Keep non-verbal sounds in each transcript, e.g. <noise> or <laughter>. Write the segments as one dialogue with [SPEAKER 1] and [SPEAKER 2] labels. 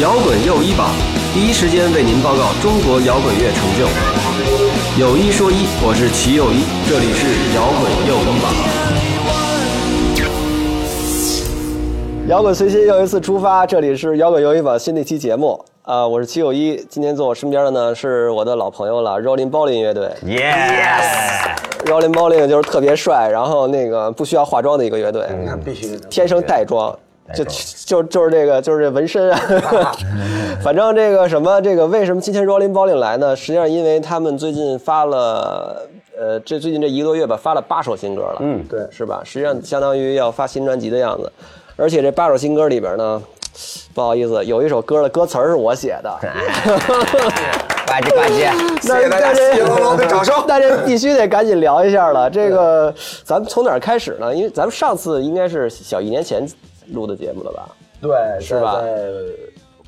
[SPEAKER 1] 摇滚又一榜，第一时间为您报告中国摇滚乐成就。有一说一，我是齐又一，这里是摇滚又一榜。
[SPEAKER 2] 摇滚随心又一次出发，这里是摇滚又一榜新的一期节目。啊、我是齐友一，今天坐我身边的呢是我的老朋友了，Rolling Bowling 乐队。
[SPEAKER 3] Yes，
[SPEAKER 2] Rolling Bowling 就是特别帅，然后那个不需要化妆的一个乐队，
[SPEAKER 4] 嗯那必须的。
[SPEAKER 2] 天生带妆，
[SPEAKER 3] 带
[SPEAKER 2] 就
[SPEAKER 3] 妆
[SPEAKER 2] 就就是这个就是这纹身
[SPEAKER 4] <laughs>
[SPEAKER 2] 啊，反正这个什么这个为什么今天 Rolling Bowling 来呢？实际上因为他们最近发了呃这最近这一个多月吧，发了八首新歌了，嗯，
[SPEAKER 4] 对
[SPEAKER 2] 是吧？实际上相当于要发新专辑的样子，而且这八首新歌里边呢。不好意思，有一首歌的歌词儿是我写的，
[SPEAKER 4] 哎
[SPEAKER 3] 呱唧呱唧，
[SPEAKER 2] 那
[SPEAKER 4] 谢谢大家
[SPEAKER 2] 那这
[SPEAKER 4] 谢谢隆隆的掌声
[SPEAKER 2] 那这必须得赶紧聊一下了。这个咱们从哪儿开始呢？因为咱们上次应该是小一年前录的节目了吧？
[SPEAKER 4] 对，是
[SPEAKER 2] 吧
[SPEAKER 4] 在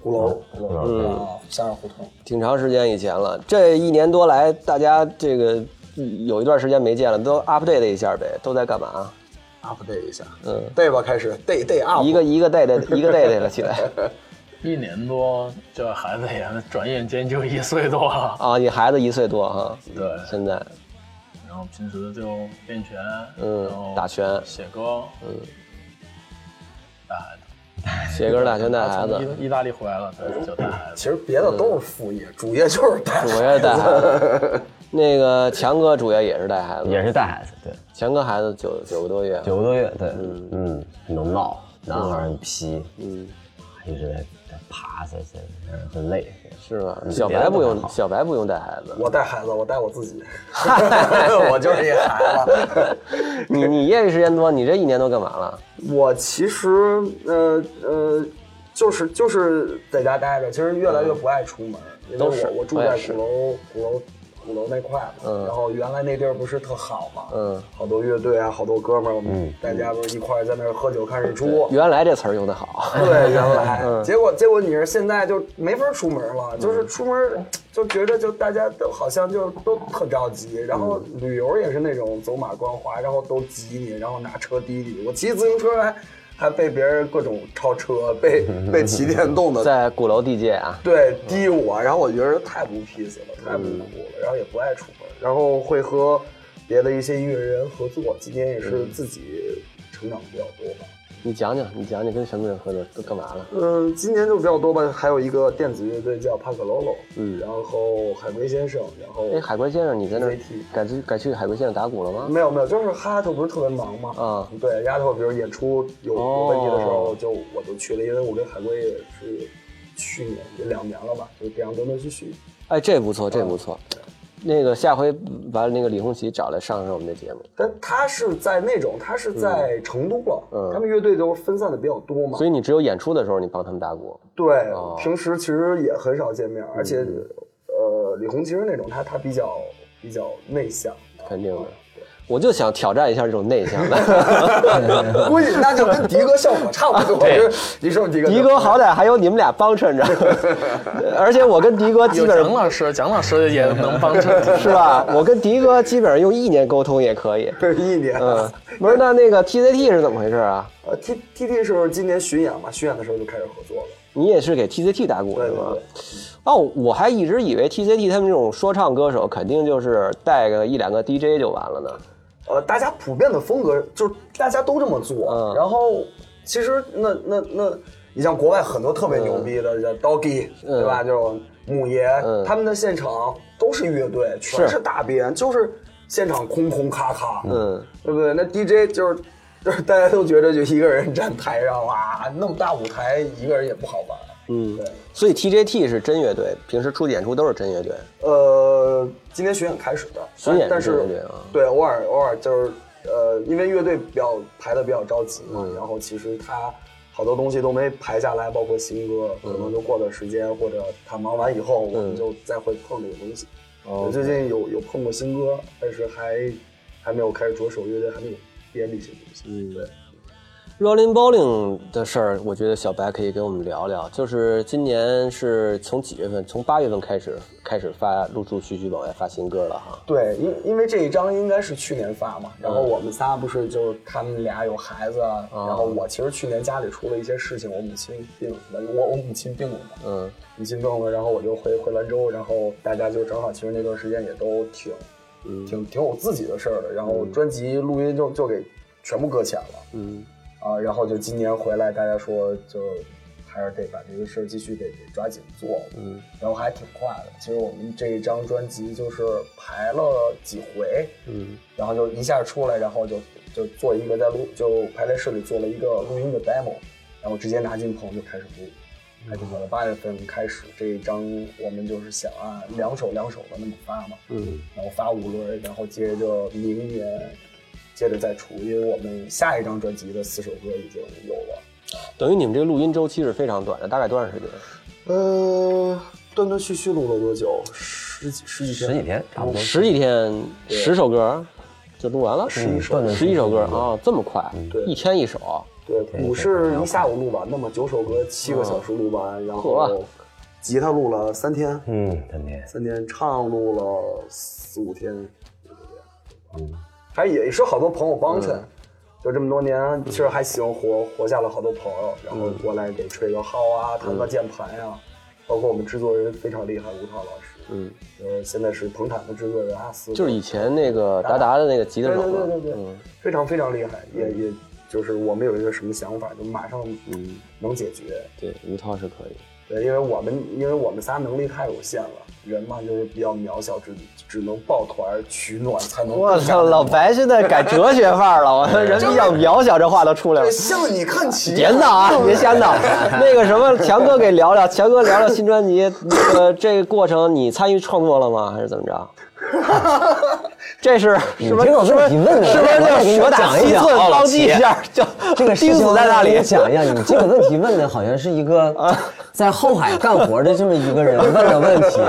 [SPEAKER 4] 鼓楼，鼓楼啊，三十胡同。
[SPEAKER 2] 挺长时间以前了。这一年多来，大家这个嗯有一段时间没见了，都 update 一下呗，都在干嘛？
[SPEAKER 4] update 一下，嗯，day 吧开始，day day up，
[SPEAKER 2] 一个一个 day 的，一个 day 了起
[SPEAKER 4] <laughs>
[SPEAKER 2] 来
[SPEAKER 5] 一年多，这孩子也转眼间就一岁多了。
[SPEAKER 2] 啊！你孩子一岁多哈，
[SPEAKER 5] 对，
[SPEAKER 2] 现在
[SPEAKER 5] 然后平时就练拳，
[SPEAKER 2] 嗯
[SPEAKER 5] 然
[SPEAKER 4] 哦
[SPEAKER 5] 后
[SPEAKER 2] 打拳
[SPEAKER 5] 写歌，嗯，带孩子，
[SPEAKER 2] 写歌大全带孩子，
[SPEAKER 3] 嗯
[SPEAKER 5] 从意意大利回来了，对，就带孩
[SPEAKER 4] 其
[SPEAKER 5] 子。
[SPEAKER 4] 实别的都是副业，主业就是带
[SPEAKER 2] 主要是带孩子。那个强哥主要也是带孩子，
[SPEAKER 3] 也是带孩子，对，
[SPEAKER 2] 强哥孩子九九个多月，
[SPEAKER 3] 九个多月，对，嗯，能闹，男孩很皮，嗯，一直在在爬在在很累，
[SPEAKER 2] 是吧？
[SPEAKER 3] 嗯
[SPEAKER 2] 小
[SPEAKER 3] 别的
[SPEAKER 2] 白
[SPEAKER 3] 不
[SPEAKER 2] 不
[SPEAKER 3] 太
[SPEAKER 2] 用，
[SPEAKER 3] 好
[SPEAKER 2] 小白不用带孩子。<laughs>
[SPEAKER 4] <laughs> 我带孩子，我带我自 <laughs> 己，我就是一孩
[SPEAKER 2] 你你业余时间多，你这一年都干嘛了？
[SPEAKER 4] 子。我其实呃呃，就是就是在家待着，其实越来越不爱出门，因为
[SPEAKER 2] 都是
[SPEAKER 4] 嗯我我嗯住
[SPEAKER 2] 我也
[SPEAKER 4] 在
[SPEAKER 2] 是
[SPEAKER 4] 鼓楼鼓楼鼓楼那块嘛，然后原来那地儿不是特好嘛，
[SPEAKER 2] 嗯，
[SPEAKER 4] 好多乐队啊，好多哥们儿，我们大家不是一块儿在那儿喝酒看日出，
[SPEAKER 2] 原来这词儿用的好，
[SPEAKER 4] 对，原来，结果结果你是现在就没法出门了，就是出门就觉得就大家都好像就都特着急，然后旅游也是那种走马观花，然后都挤你，然后拿车滴你，我骑自行车还还被别人各种超车，被被骑电动的。
[SPEAKER 2] 在鼓楼地界啊，
[SPEAKER 4] 对，滴我，然后我觉得太不 peace 了，太不酷了，然后也不爱出门，然后会和别的一些音乐人合作，今年也是自己成长比较多吧。
[SPEAKER 2] 你讲讲，你讲讲跟什么人合作，都干嘛了？
[SPEAKER 4] 嗯，今年就比较多吧，还有一个电子乐队叫帕克罗罗，嗯，然后海龟先生，然后
[SPEAKER 2] 哎，海龟先生，你在那儿
[SPEAKER 4] VT
[SPEAKER 2] 改去改去海龟先生打鼓了吗？
[SPEAKER 4] 没有没有，就是哈丫头不是特别忙嘛，
[SPEAKER 2] 啊
[SPEAKER 4] 对，丫头比如演出有有
[SPEAKER 2] 哦
[SPEAKER 4] 问题的时候，就我就去了，因为我跟海龟也是去年也两年了吧，就这样断断续续，
[SPEAKER 2] 哎，这不错，这不错。那个下回把那个李红旗找来上上我们的节目，
[SPEAKER 4] 但他是在那种，他是在成都了，
[SPEAKER 2] 嗯
[SPEAKER 4] 他们乐队都分散的比较多嘛，
[SPEAKER 2] 所以你只有演出的时候你帮他们打鼓，
[SPEAKER 4] 对，
[SPEAKER 2] 哦嗯
[SPEAKER 4] 平时其实也很少见面，而且，呃，李红其实那种他他比较比较内向，
[SPEAKER 2] 肯定的。我就想挑战一下这种内向的， <laughs>
[SPEAKER 4] <laughs> 估计那就跟迪哥效果差不多。我
[SPEAKER 3] 对
[SPEAKER 4] 觉得你说迪哥，
[SPEAKER 2] 迪哥好歹还有你们俩帮衬着， <laughs> 而且我跟迪哥基
[SPEAKER 5] 有
[SPEAKER 2] 本
[SPEAKER 5] 蒋
[SPEAKER 2] 上，
[SPEAKER 5] 老师，蒋老师也能帮衬
[SPEAKER 2] 是吧？我跟迪哥基本上用意念沟通也可以。
[SPEAKER 4] 一年。
[SPEAKER 2] 嗯，不是，那那个 TZT 是怎么回事啊？
[SPEAKER 4] 呃，T T T 是今年巡演嘛，巡演的时候就开始合作了。
[SPEAKER 2] 你也是给 TZT 打鼓
[SPEAKER 4] 对
[SPEAKER 2] 是
[SPEAKER 4] 对
[SPEAKER 2] 吗
[SPEAKER 4] 对？，
[SPEAKER 2] 哦，我还一直以为 TZT 他们这种说唱歌手肯定就是带个一两个 DJ 就完了呢。
[SPEAKER 4] 呃，大家普遍的风格就是大家都这么做。
[SPEAKER 2] 嗯
[SPEAKER 4] 然后其实那那那，你像国外很多特别牛逼的，叫 Doggy，、对吧？就是母爷，
[SPEAKER 2] 嗯
[SPEAKER 4] 他们的现场都是乐队，全是大编，就是现场空空咔咔，
[SPEAKER 2] 嗯，
[SPEAKER 4] 对不对？那 DJ 就是。就是大家都觉得就一个人站台上哇，那么大舞台一个人也不好玩。嗯，对。
[SPEAKER 2] 所以 TJT 是真乐队，平时出演出都是真乐队。
[SPEAKER 4] 呃，今天巡演开始的，
[SPEAKER 2] 巡演
[SPEAKER 4] 但
[SPEAKER 2] 是
[SPEAKER 4] 是
[SPEAKER 2] 巡演啊
[SPEAKER 4] 对，偶尔偶尔就是呃，因为乐队比较排的比较着急
[SPEAKER 2] 嗯
[SPEAKER 4] 嘛，然后其实他好多东西都没排下来，包括新歌，可
[SPEAKER 2] 嗯
[SPEAKER 4] 能就过段时间或者他忙完以后，我们就再会碰这个东西。
[SPEAKER 2] 哦
[SPEAKER 4] 我最近有有碰过新歌，但是还还没有开始着手，乐队还没有编这些东西。对，
[SPEAKER 2] Rolling Bowling 的事儿，我觉得小白可以跟我们聊聊。就是今年是从几月份？从八月份开始开始发，陆陆续续往外发新歌了哈。
[SPEAKER 4] 对，因因为这一张应该是去年发嘛，然后我们仨不是就是他们俩有孩子，啊，然后我其实去年家里出了一些事情，我母亲病了，我我母亲病了嘛，
[SPEAKER 2] 嗯，
[SPEAKER 4] 母亲病了，然后我就回回兰州，然后大家就正好其实那段时间也都挺，挺挺有自己的事儿的，然后专辑录音就就给全部搁浅了，
[SPEAKER 2] 嗯，
[SPEAKER 4] 啊，然后就今年回来，大家说就还是得把这个事儿继续给给抓紧做，嗯，然后还挺快的。其实我们这一张专辑就是排了几回，嗯，然后就一下出来，然后就就做一个在录就排练室里做了一个录音的 demo，然后直接拿进棚就开始录。还挺好的，八月份开始这一张，我们就是想按两首两首的那么发嘛，嗯，然后发五轮，然后接着明年接着再出，因为我们下一张专辑的四首歌已经有了。
[SPEAKER 2] 等于你们这个录音周期是非常短的，大概多长时间？
[SPEAKER 4] 呃，断断续续录了多久？十几十几
[SPEAKER 3] 十几天差不多。
[SPEAKER 2] 哦十几天，十首歌就录完了，嗯
[SPEAKER 4] 十一首
[SPEAKER 3] 断断续
[SPEAKER 2] 十
[SPEAKER 3] 续
[SPEAKER 2] 一首歌啊，这么快，
[SPEAKER 4] 对
[SPEAKER 2] 一天一首。
[SPEAKER 4] 对，鼓是一下午录完的嘛，九首歌七个小时录完，然
[SPEAKER 2] 嚯
[SPEAKER 4] 后吉他录了三天，
[SPEAKER 3] 嗯，三天。
[SPEAKER 4] 三天唱录了四五天，
[SPEAKER 2] 嗯
[SPEAKER 4] 还也是好多朋友帮衬，就这么多年，其实还行，活活下了好多朋友，然
[SPEAKER 2] 嗯
[SPEAKER 4] 后过来给吹个号啊，弹个键盘呀、包括我们制作人非常厉害，吴涛老师，
[SPEAKER 2] 嗯，
[SPEAKER 4] 就是现在是彭坦的制作人阿斯，
[SPEAKER 2] 就是以前那个达达的那个吉他
[SPEAKER 4] 对
[SPEAKER 2] 手
[SPEAKER 4] 对对
[SPEAKER 2] 嘛，嗯
[SPEAKER 4] 对对，非常非常厉害，也也就是我们有一个什么想法，就马上
[SPEAKER 2] 嗯
[SPEAKER 4] 能解决，
[SPEAKER 2] 对，吴涛是可以。
[SPEAKER 4] 对，因为我们因为我们仨能力太有限了，人嘛就是比较渺小，只只能抱团取暖才能。
[SPEAKER 2] 我操，老！白现在改哲学范儿了，我说人比较渺小，这话都出来了
[SPEAKER 4] 对，。向你看齐。
[SPEAKER 2] 别闹
[SPEAKER 3] <laughs>
[SPEAKER 2] 啊！别瞎闹。那个什么，强哥给聊聊，强哥聊聊新专辑，那个这个过程你参与创作了吗？还是怎么
[SPEAKER 3] <laughs>
[SPEAKER 2] 着？这是是不是
[SPEAKER 3] 听我这么一问啊
[SPEAKER 2] 是不是
[SPEAKER 3] 我得给
[SPEAKER 2] 就
[SPEAKER 3] 你
[SPEAKER 2] 蛇打
[SPEAKER 3] 讲一
[SPEAKER 2] 七
[SPEAKER 3] 讲
[SPEAKER 2] 寸，
[SPEAKER 3] 啊老
[SPEAKER 2] 当地一
[SPEAKER 3] 齐
[SPEAKER 2] 下就
[SPEAKER 3] 这个事
[SPEAKER 2] 钉
[SPEAKER 3] 情
[SPEAKER 2] 死在那
[SPEAKER 3] 我
[SPEAKER 2] 里
[SPEAKER 3] 得？讲一下，你这个问题问的好像是一个在后海干活的这么一个人问的问题。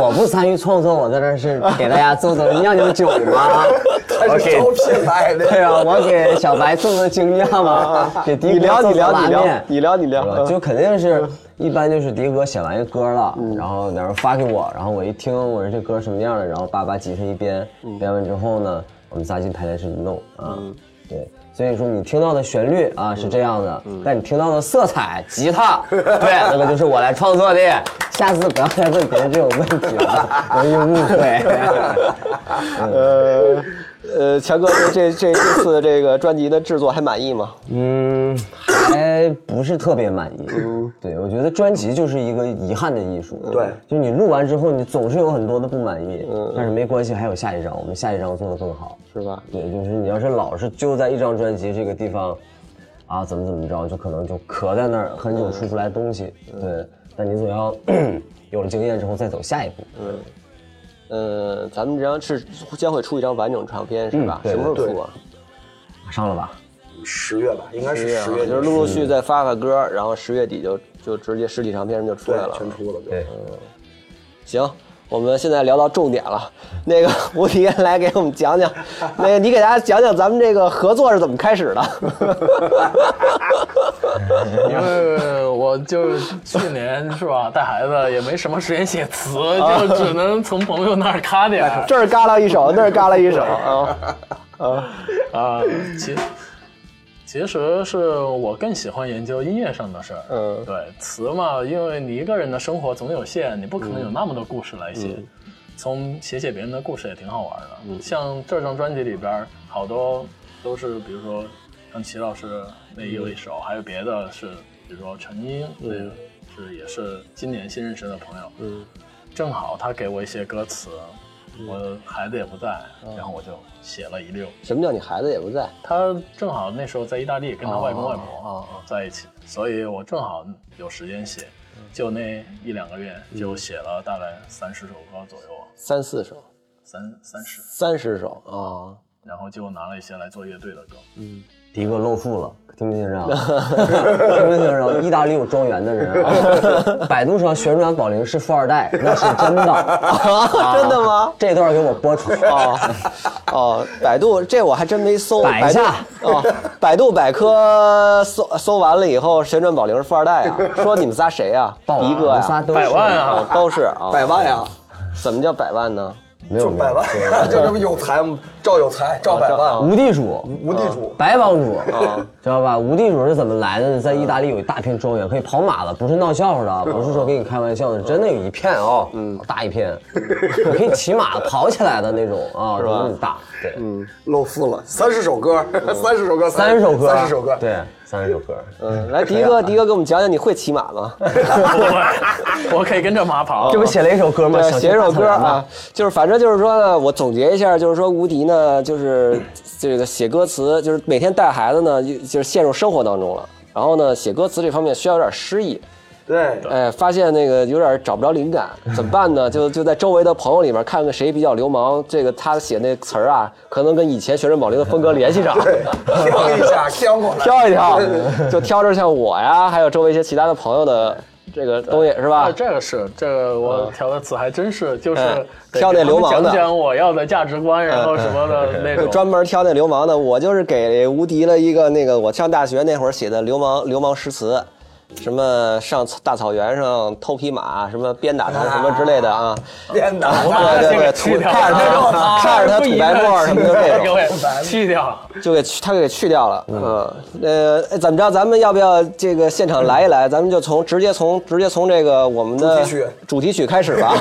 [SPEAKER 3] 我不参与创作，我在这儿是给大家做做酿酿酒吗？
[SPEAKER 4] 他是招聘来的。
[SPEAKER 3] <laughs> 对啊，我给小白做做经验嘛，啊给迪
[SPEAKER 2] 你聊
[SPEAKER 3] 哥
[SPEAKER 2] 你
[SPEAKER 3] 做
[SPEAKER 2] 聊
[SPEAKER 3] 做
[SPEAKER 2] 你
[SPEAKER 3] 拉
[SPEAKER 2] 聊
[SPEAKER 3] 面。
[SPEAKER 2] 你聊你
[SPEAKER 3] 是吧
[SPEAKER 2] 聊，
[SPEAKER 3] 就肯定是一般就是迪哥写完一歌了，
[SPEAKER 2] 嗯
[SPEAKER 3] 然后然后发给我，然后我一听我说这歌什么样的，然后叭叭吉他一编，
[SPEAKER 2] 嗯
[SPEAKER 3] 编完之后呢，我们仨进排练室一弄啊，对。所以说你听到的旋律啊是这样的，
[SPEAKER 2] 嗯
[SPEAKER 3] 但你听到的色彩、吉他，对，那个就是我来创作的。下次不要再问别人这种问题了，容易误会。
[SPEAKER 2] 呃呃，强哥对这这这次的这个专辑的制作还满意吗？
[SPEAKER 3] 嗯，还不是特别满意。对，我觉得专辑就是一个遗憾的艺术。
[SPEAKER 4] 对
[SPEAKER 3] 就你录完之后，你总是有很多的不满意，但是没关系，还有下一张，我们下一张做得更好。
[SPEAKER 2] 是吧？
[SPEAKER 3] 对，就是你要是老是揪在一张专辑这个地方，啊，怎么怎么着，就可能就咳在那儿，很久出不来东西。对，但你总要 <clears throat> 有了经验之后再走下一步。
[SPEAKER 2] 呃，咱们这张是将会出一张完整唱片是吧？
[SPEAKER 3] 嗯对
[SPEAKER 2] 什么时候
[SPEAKER 4] 对
[SPEAKER 2] 出啊？
[SPEAKER 3] 马上了吧？
[SPEAKER 4] 十月吧，应该是十月底，
[SPEAKER 2] 啊就是陆陆续续再发发歌，然后十月底就就直接实体唱片什么就出
[SPEAKER 4] 对
[SPEAKER 2] 来了。
[SPEAKER 4] 全出了就。
[SPEAKER 3] 对，
[SPEAKER 2] 行，我们现在聊到重点了，那个吴迪来给我们讲讲，那个你给大家讲讲咱们这个合作是怎么开始的。
[SPEAKER 5] 因为我就是去年是吧，带孩子也没什么时间写词，就只能从朋友那儿卡
[SPEAKER 3] <laughs>
[SPEAKER 5] 点儿
[SPEAKER 2] <laughs> 这儿嘎啦一首，那儿嘎啦一首啊，
[SPEAKER 5] 啊。其其实是我更喜欢研究音乐上的事儿，
[SPEAKER 2] 嗯
[SPEAKER 5] 对词嘛，因为你一个人的生活总有限，你不可能有那么多故事来写。从写写别人的故事也挺好玩的。像这张专辑里边儿，好多都是，比如说像齐老师那有一首，还有别的是，比如说陈英，那个是也是今年新认识的朋友，嗯，正好他给我一些歌词，我孩子也不在，然后我就写了一溜。
[SPEAKER 2] 什么叫你孩子也不在？
[SPEAKER 5] 他正好那时候在意大利跟他外公外
[SPEAKER 2] 哦
[SPEAKER 5] 婆在一起，所以我正好有时间写，
[SPEAKER 2] 嗯
[SPEAKER 5] 就那一两个月就写了大概三十首歌左右，
[SPEAKER 2] 三四首，
[SPEAKER 5] 三三十。
[SPEAKER 2] 三十首啊。 <laughs>
[SPEAKER 5] 然后就拿了一些来做乐队的歌。嗯，
[SPEAKER 3] 迪哥露富了，听没听着？啊听没听着？意大利有庄园的人啊，百度上旋转宝铃是富二代，那是真的，啊
[SPEAKER 2] 真的吗？
[SPEAKER 3] 这段给我播出
[SPEAKER 2] 哦 <laughs> 哦，百度这我还真没搜，度
[SPEAKER 3] 百下
[SPEAKER 2] 哦，百度百科搜搜完了以后，旋转宝铃是富二代啊，说你们仨谁啊？
[SPEAKER 3] 爆
[SPEAKER 2] 一个
[SPEAKER 3] 我们仨
[SPEAKER 2] 呀，
[SPEAKER 3] 都是
[SPEAKER 5] 百万
[SPEAKER 2] 哦
[SPEAKER 5] 啊，
[SPEAKER 2] 都是啊，
[SPEAKER 4] 百万呀，
[SPEAKER 2] 怎么叫百万呢？
[SPEAKER 3] 没有
[SPEAKER 4] 就
[SPEAKER 3] 没
[SPEAKER 4] 百
[SPEAKER 3] 有，
[SPEAKER 4] 万呀， <laughs> 就这么有才，赵有才，赵百
[SPEAKER 2] 啊
[SPEAKER 4] 万，
[SPEAKER 3] 无地主，啊
[SPEAKER 4] 无地主，
[SPEAKER 3] 白帮主，知道吧？无地主是怎么来的呢？在意大利有一大片庄园，可以跑马的，不是闹笑话的啊，不是说跟你开玩笑的，真的有一片啊，好大一片，你可以骑马跑起来的那种啊，是吧？大，对，
[SPEAKER 4] 露富了，三十首歌，嗯三十首歌，啊
[SPEAKER 3] 三十首歌，啊
[SPEAKER 4] 三十首歌，
[SPEAKER 3] 对，三十首歌。
[SPEAKER 2] 嗯，来，迪哥，迪哥给我们讲讲你会骑马吗？
[SPEAKER 5] 我我可以跟着马跑
[SPEAKER 3] 这。不写了一首歌吗？
[SPEAKER 2] 对，
[SPEAKER 3] 小
[SPEAKER 2] 写一首歌
[SPEAKER 3] 小草原
[SPEAKER 2] 啊
[SPEAKER 3] 吗，，
[SPEAKER 2] 就是反正就是说呢，我总结一下，就是说吴迪呢，就是这个写歌词，就是每天带孩子呢，就就是陷入生活当中了。然后呢，写歌词这方面需要有点诗意，
[SPEAKER 4] 对， <laughs>
[SPEAKER 2] 哎，发现那个有点找不着灵感，怎么办呢？就就在周围的朋友里面看看谁比较流氓，这个他写那词儿啊，可能跟以前《旋转宝铃》的风格联系上。
[SPEAKER 4] 挑一下，挑过来，
[SPEAKER 2] 挑一挑，就挑着像我呀，还有周围一些其他的朋友的这个东西是吧
[SPEAKER 5] 啊，？这个是这个我调的词还真是，就是
[SPEAKER 2] 嗯
[SPEAKER 5] 得
[SPEAKER 2] 挑那
[SPEAKER 5] 给他们
[SPEAKER 2] 流氓的嗯
[SPEAKER 5] 讲讲我要的价值观，然后什么的那
[SPEAKER 2] 就
[SPEAKER 5] 种。
[SPEAKER 2] 专门挑那流氓的，我就是给无敌了一个那个我上大学那会儿写的流氓流氓诗词，什么上大草原上偷匹马，什么鞭打他什么之类的啊，
[SPEAKER 4] 天哪，
[SPEAKER 2] 对对对，
[SPEAKER 5] 去
[SPEAKER 2] 吐
[SPEAKER 5] 掉 <laughs>
[SPEAKER 2] 看着他看着他吐白沫儿什么的这
[SPEAKER 5] 各
[SPEAKER 2] 种，
[SPEAKER 5] 位去掉。
[SPEAKER 2] 就给去他给去掉了。嗯，呃，怎么着？咱们要不要这个现场来一来？咱们就从直接从直接从这个我们的
[SPEAKER 4] 主题曲
[SPEAKER 2] 主题曲开始吧，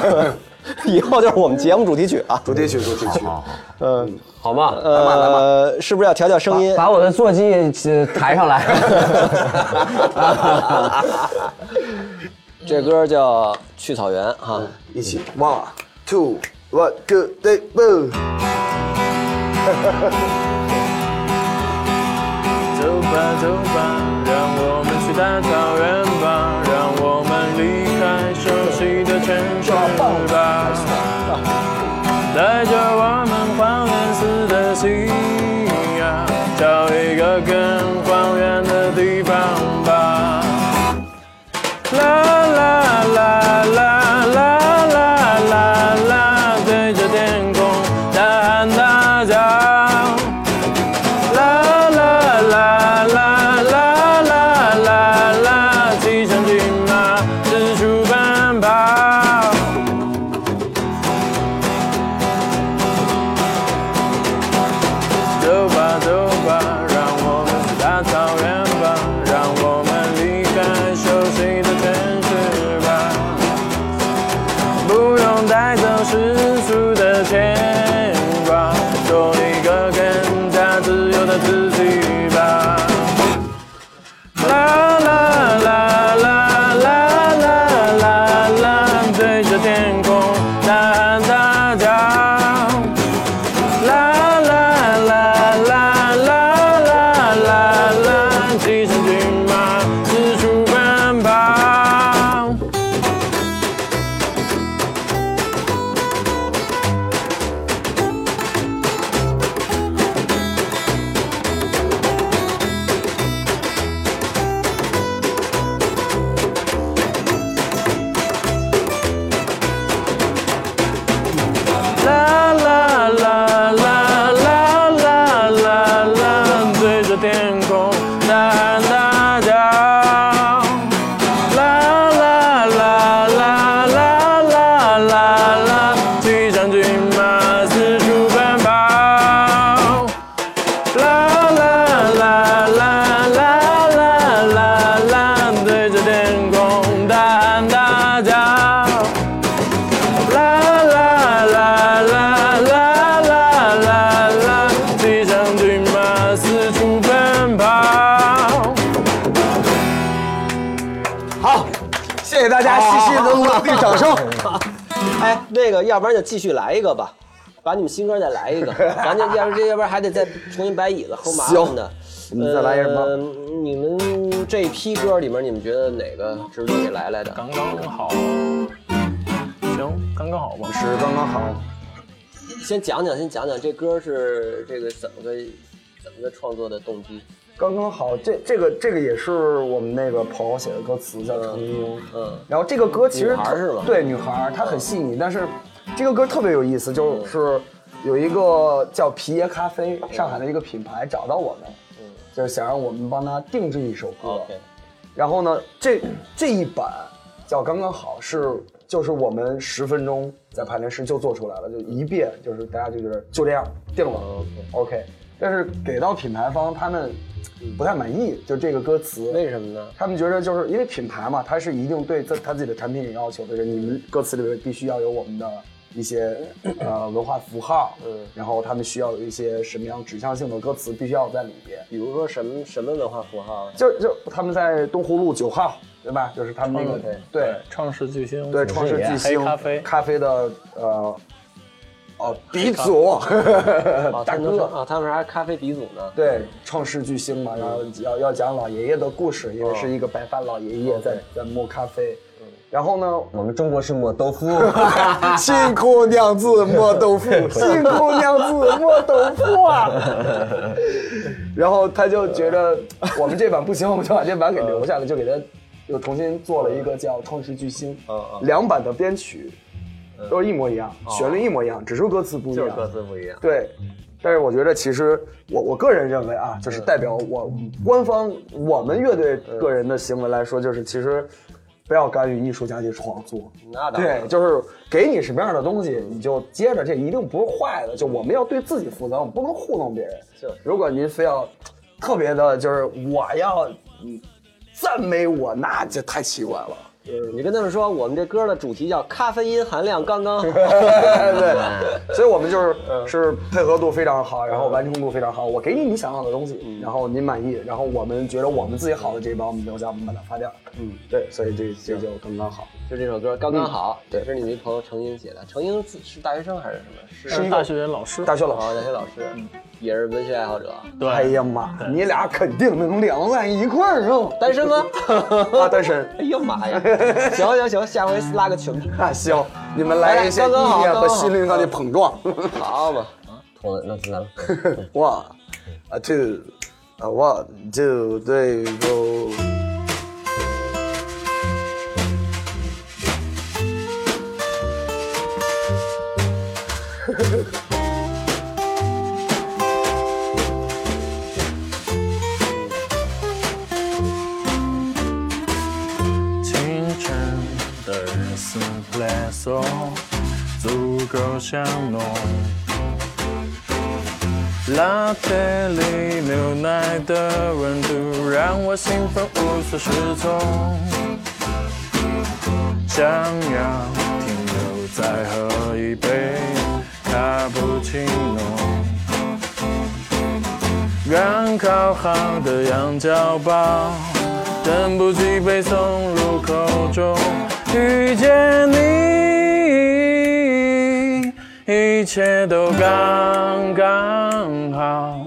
[SPEAKER 2] 以后就是我们节目主题曲啊。
[SPEAKER 4] 主题曲，主题曲，
[SPEAKER 3] 好吗？
[SPEAKER 2] 呃，是不是要调调声音？
[SPEAKER 3] 把我的坐骑呃抬上来。
[SPEAKER 2] <laughs> 这歌叫《去草原》哈。
[SPEAKER 4] 一起，one two one two three four。
[SPEAKER 5] 走吧走吧，让我们去大草原吧，让我们离开熟悉的城市吧，带着我们荒原似的信仰，找一个更荒原的地方吧。啦啦啦啦啦啦啦啦，对着天空大喊大叫。啦啦啦啦啦啦啦啦啦，骑上骏马，四处奔跑。走吧走吧，让我们去大草原吧，让我们离开熟悉的城市吧。不用带走世俗的牵挂，做一个更加自由的自己吧。啦啦啦啦啦啦啦啦，对着天空大喊大叫。啦啦啦啦啦啦啦啦，骑上骏马，四处奔跑。啦啦啦啦啦啦啦啦，对着天空大喊大叫。啦啦啦啦啦啦啦啦，骑上骏马四处奔跑。啦啦啦啦啦啦啦啦，对着天空大喊大叫。啦啦啦啦啦啦啦啦，骑上骏马四处奔跑。
[SPEAKER 4] 谢谢大家细细的落地掌声。
[SPEAKER 2] <laughs> 哎，那个，要不然就继续来一个吧，把你们新歌再来一个，咱就要不这要不然还得再重新摆椅子，齁麻烦的。我
[SPEAKER 4] 们再来一个吧
[SPEAKER 2] 呃。你们这一批歌里面，你们觉得哪个值得给来来的？
[SPEAKER 5] 刚刚好，行，刚刚好吧。是
[SPEAKER 4] 刚刚好，
[SPEAKER 2] 先讲讲，先讲讲这歌是这个怎么个怎么个创作的动机？
[SPEAKER 4] 刚刚好，这这个这个也是我们那个朋友写的歌词，叫《成因》。
[SPEAKER 2] 嗯，
[SPEAKER 4] 然后这个歌其实
[SPEAKER 2] 女孩儿是吧
[SPEAKER 4] 对，女孩儿她很细腻，但是这个歌特别有意思，就是有一个叫皮爷咖啡上海的一个品牌找到我们，
[SPEAKER 2] 嗯
[SPEAKER 4] 就是想让我们帮他定制一首歌。然后呢，这这一版叫刚刚好是就是我们十分钟在排练室就做出来了，就一遍，就是大家就觉得就这样定了，OK。但是给到品牌方，他们嗯不太满意，就这个歌词。
[SPEAKER 2] 为什么呢？
[SPEAKER 4] 他们觉得就是因为品牌嘛，它是一定对他他自己的产品有要求的，就是你们歌词里面必须要有我们的一些呃文化符号，嗯，然后他们需要有一些什么样指向性的歌词必须要在里边。
[SPEAKER 2] 比如说什么什么文化符号啊？
[SPEAKER 4] 就就他们在东湖路九号，对吧？就是他们那个对
[SPEAKER 6] 创世巨星，
[SPEAKER 4] 对创世巨星
[SPEAKER 6] 黑咖啡，
[SPEAKER 4] 咖啡的呃哦鼻祖
[SPEAKER 2] 啊，
[SPEAKER 4] 大
[SPEAKER 2] 他们说
[SPEAKER 4] 哥。
[SPEAKER 2] 啊，他们还咖啡鼻祖呢。
[SPEAKER 4] 对，创世巨星嘛，然后要要讲老爷爷的故事，因为是一个白发老爷爷在在磨咖啡，然后呢，
[SPEAKER 3] <laughs> 我们中国是磨豆腐，
[SPEAKER 2] <laughs>
[SPEAKER 4] 辛苦酿制磨豆腐，辛苦酿制磨豆
[SPEAKER 2] <laughs>
[SPEAKER 4] 腐啊！然后他就觉得我们这版不行，我们就把这版给留下了，就给他又重新做了一个叫《创世巨星》，
[SPEAKER 2] 嗯
[SPEAKER 4] 两版的编曲都是一模一样，
[SPEAKER 2] 哦
[SPEAKER 4] 旋律一模一样，只是歌词不一样，
[SPEAKER 2] 词不一样。
[SPEAKER 4] 对，但是我觉得其实我我个人认为啊，就是代表我
[SPEAKER 2] 嗯
[SPEAKER 4] 官方我们乐队个人的行为来说，就是其实不要干预艺术家去创作。
[SPEAKER 2] 那当然
[SPEAKER 4] 对，就是给你什么样的东西，你就接着，这一定不是坏的。就我们要对自己负责，我们不能糊弄别人。
[SPEAKER 2] 是
[SPEAKER 4] 如果您非要特别的，就是我要嗯赞美我，那就太奇
[SPEAKER 2] <laughs>
[SPEAKER 4] 怪了。
[SPEAKER 2] 你跟他们说，我们这歌的主题叫咖啡因含量刚 <laughs> 刚好。
[SPEAKER 4] 对，所以我们就是
[SPEAKER 2] 嗯
[SPEAKER 4] 是配合度非常好，然后完成度非常好。我给你你想要的东西，
[SPEAKER 2] 嗯
[SPEAKER 4] 然后您满意，然后我们觉得我们自己好的这一帮我们留下，我们把它发掉。嗯，对，所以这这就刚刚好。
[SPEAKER 2] 就这首歌刚刚好，也是你们一朋友程英写的。程英自是大学生还是什么？是
[SPEAKER 6] 是大学老师，
[SPEAKER 4] 大学老
[SPEAKER 2] 哦，
[SPEAKER 4] 师，
[SPEAKER 2] 大学老师，也是文学爱好者。
[SPEAKER 6] 对，
[SPEAKER 4] 哎呀妈，你俩肯定能聊在一块儿啊！
[SPEAKER 2] 单身吗？ <laughs>
[SPEAKER 4] 啊，单身
[SPEAKER 2] 哎呀妈呀！行行行，下回拉个群。
[SPEAKER 4] 那啊行，你们来一些
[SPEAKER 2] 刚刚好
[SPEAKER 4] 意念
[SPEAKER 2] 刚
[SPEAKER 4] 和
[SPEAKER 2] 刚好嗯
[SPEAKER 4] 心灵上的碰撞。
[SPEAKER 2] 好嘛，
[SPEAKER 3] 妥了，那咱们
[SPEAKER 4] One, a two, a one, two, three, go.
[SPEAKER 6] 清晨的 espresso 足够香浓，latte 里牛奶的温度让我兴奋无所适从，想要停留再喝一杯卡布奇诺。刚烤好的羊角包，等不及被送入口中。遇见你，一切都刚刚好。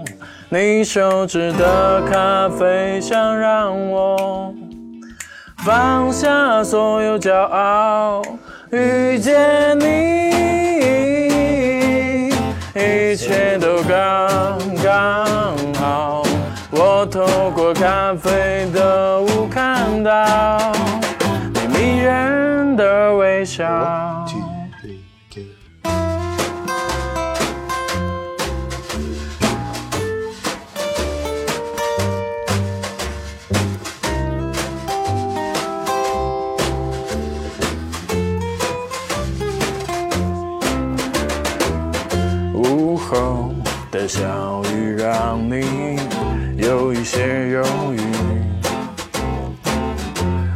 [SPEAKER 6] 你手指的咖啡想让我放下所有骄傲，遇见你，一切都刚刚好。我透过咖啡的雾看到你迷人的微笑。午后的小雨让你有一些忧郁。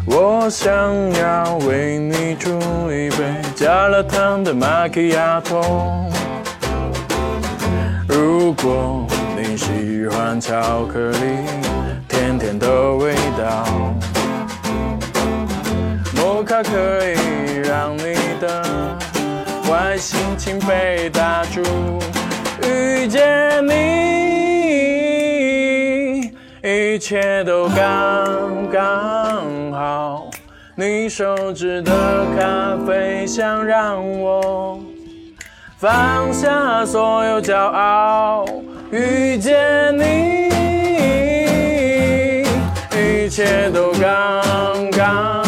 [SPEAKER 6] 我想要为你煮一杯加了糖的玛奇亚托。如果你喜欢巧克力，甜甜的味道。摩卡可以让你的坏心情被打住。遇见你，一切都刚刚好。你手指的咖啡想让我放下所有骄傲，遇
[SPEAKER 5] 遇见你，一切都刚刚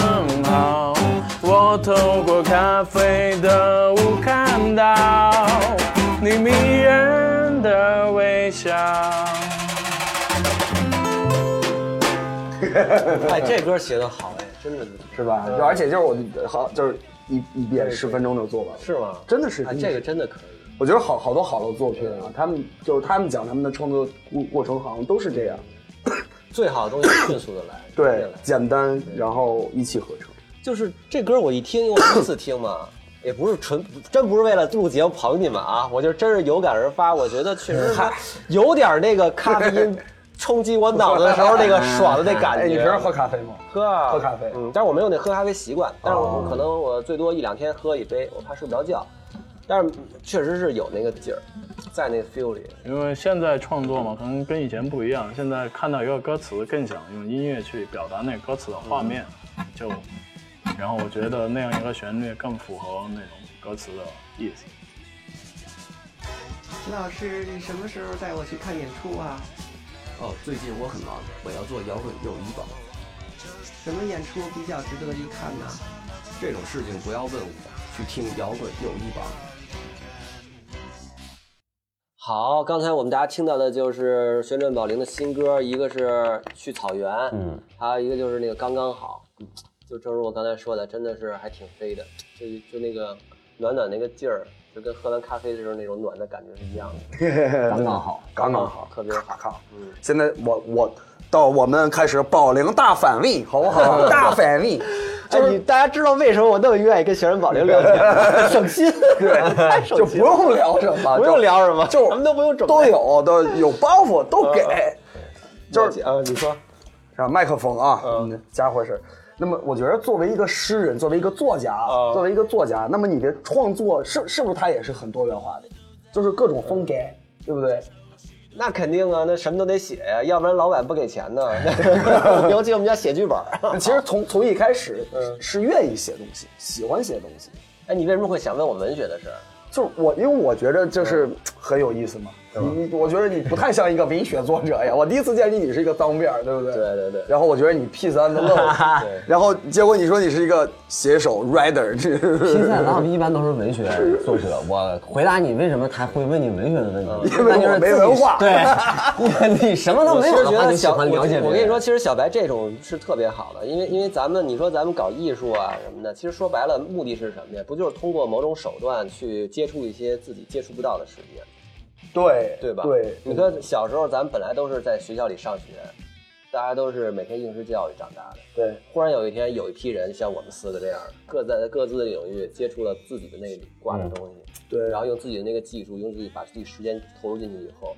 [SPEAKER 5] 好。我透过咖啡的雾看到你迷人的微笑。
[SPEAKER 2] 哎，这歌写的好哎，真的
[SPEAKER 4] 是吧？
[SPEAKER 2] 嗯
[SPEAKER 4] 而且就是我好就是一一遍十分钟就做完了，
[SPEAKER 2] 是吗？
[SPEAKER 4] 真的是
[SPEAKER 2] 啊，这个真的可以。
[SPEAKER 4] 我觉得好好多好的作品啊，他们就是他们讲他们的创作过过程，好像都是这样，
[SPEAKER 2] 最好的东西迅速的来，直接
[SPEAKER 4] 对
[SPEAKER 2] 来，
[SPEAKER 4] 简单，然后一气呵成。
[SPEAKER 2] 就是这歌我一听，我第一次听嘛，也不是纯，真不是为了录节目捧你们啊，我就真是有感而发，我觉得确实它有点那个咖啡因冲击我脑子的时候那
[SPEAKER 4] <laughs>
[SPEAKER 2] 个爽的那感觉。
[SPEAKER 4] 哎，你平时喝咖啡吗？
[SPEAKER 2] 喝啊
[SPEAKER 4] 喝咖啡哦
[SPEAKER 2] 嗯，但是我没有那喝咖啡习惯，但是我可能我最多一两天喝一杯，我怕睡不着觉。但是确实是有那个劲儿，在那 feel 里，
[SPEAKER 5] 因为现在创作嘛，可能跟以前不一样。现在看到一个歌词，更想用音乐去表达那歌词的画面，
[SPEAKER 6] 嗯
[SPEAKER 5] 就，然后我觉得那样一个旋律更符合那种歌词的意思。
[SPEAKER 7] 齐老师，你什么时候带我去看演出啊？
[SPEAKER 8] 哦，最近我很忙，我要做摇滚友谊榜，
[SPEAKER 7] 什么演出比较值得一看呢、
[SPEAKER 8] 这种事情不要问我，去听摇滚友谊榜。
[SPEAKER 2] 好，刚才我们大家听到的就是旋转宝铃的新歌，一个是去草原，嗯，还有一个就是那个刚刚好，嗯就正如我刚才说的，真的是还挺飞的，就就那个暖暖那个劲儿，就跟喝完咖啡的时候那种暖的感觉是一样的，
[SPEAKER 3] 刚刚好。
[SPEAKER 4] 嗯刚刚好，嗯
[SPEAKER 2] 特别好
[SPEAKER 4] 咔咔。现在我我到我们开始保龄大反胃，好不 <laughs> 好？大反胃，
[SPEAKER 2] 哎，你大家知道为什么我那么愿意跟旋转宝铃聊天 <laughs> 吗，省心，对，太省
[SPEAKER 4] 就不
[SPEAKER 2] 心了，
[SPEAKER 4] 用聊什么，
[SPEAKER 2] 不用聊什么，
[SPEAKER 4] 就
[SPEAKER 2] 咱们都不用准备，
[SPEAKER 4] 都有都有包袱都给，就是
[SPEAKER 2] 啊，你说，
[SPEAKER 4] 啊，麦克风啊，嗯，家伙事。那么，我觉得作为一个诗人，作为一个作家，啊
[SPEAKER 2] 嗯
[SPEAKER 4] 作为一个作家，那么你的创作是是不是它也是很多元化的，就是各种风格，
[SPEAKER 2] 嗯
[SPEAKER 4] 对不对？
[SPEAKER 2] 那肯定啊，那什么都得写呀，要不然老板不给钱 <laughs> 呢，尤其我们家写剧本儿。
[SPEAKER 4] 其实从从一开始
[SPEAKER 2] 嗯
[SPEAKER 4] 是愿意写东西，喜欢写东西，
[SPEAKER 2] 哎，你为什么会想问我文学的事儿？
[SPEAKER 4] 就是我，因为我觉得
[SPEAKER 2] 嗯
[SPEAKER 4] 就是很有意思嘛。你你，我觉得你不太像一个文学作者呀。我第一次见你，你是一个脏辫儿，对不对？
[SPEAKER 2] 对对对
[SPEAKER 4] 然后我觉得你 P 三的乐，
[SPEAKER 2] <laughs>
[SPEAKER 4] 然后结果你说你是一个写手 writer，
[SPEAKER 3] 西塞拉一般都是文学作者，我回答你为什么他会问你文学的问题，
[SPEAKER 4] 因为
[SPEAKER 3] 那就是
[SPEAKER 4] 我没
[SPEAKER 3] 自己
[SPEAKER 4] 文化
[SPEAKER 3] 对，你什么都
[SPEAKER 2] 我
[SPEAKER 3] 没
[SPEAKER 2] 其
[SPEAKER 3] 有
[SPEAKER 2] 实
[SPEAKER 3] 的
[SPEAKER 2] 觉
[SPEAKER 3] 话，
[SPEAKER 2] 得
[SPEAKER 3] 你喜
[SPEAKER 2] 小，
[SPEAKER 3] 欢了解别人
[SPEAKER 2] 我。我跟你说，，其实小白这种是特别好的，因为因为咱们你说咱们搞艺术啊什么的，其实说白了目的是什么呀？不就是通过某种手段去接触一些自己接触不到的世界，
[SPEAKER 4] <laughs> 对
[SPEAKER 2] 对吧？
[SPEAKER 4] 对，
[SPEAKER 2] 你看小时候咱们本来都是在学校里上学，大家都是每天应试教育长大的。
[SPEAKER 4] 对，
[SPEAKER 2] 忽然有一天，有一批人像我们四个这样，各在各自的领域接触了自己的那挂
[SPEAKER 3] 嗯
[SPEAKER 2] 的东西，
[SPEAKER 4] 对
[SPEAKER 2] 然后用自己的那个技术，用自己把自己时间投入进去以后，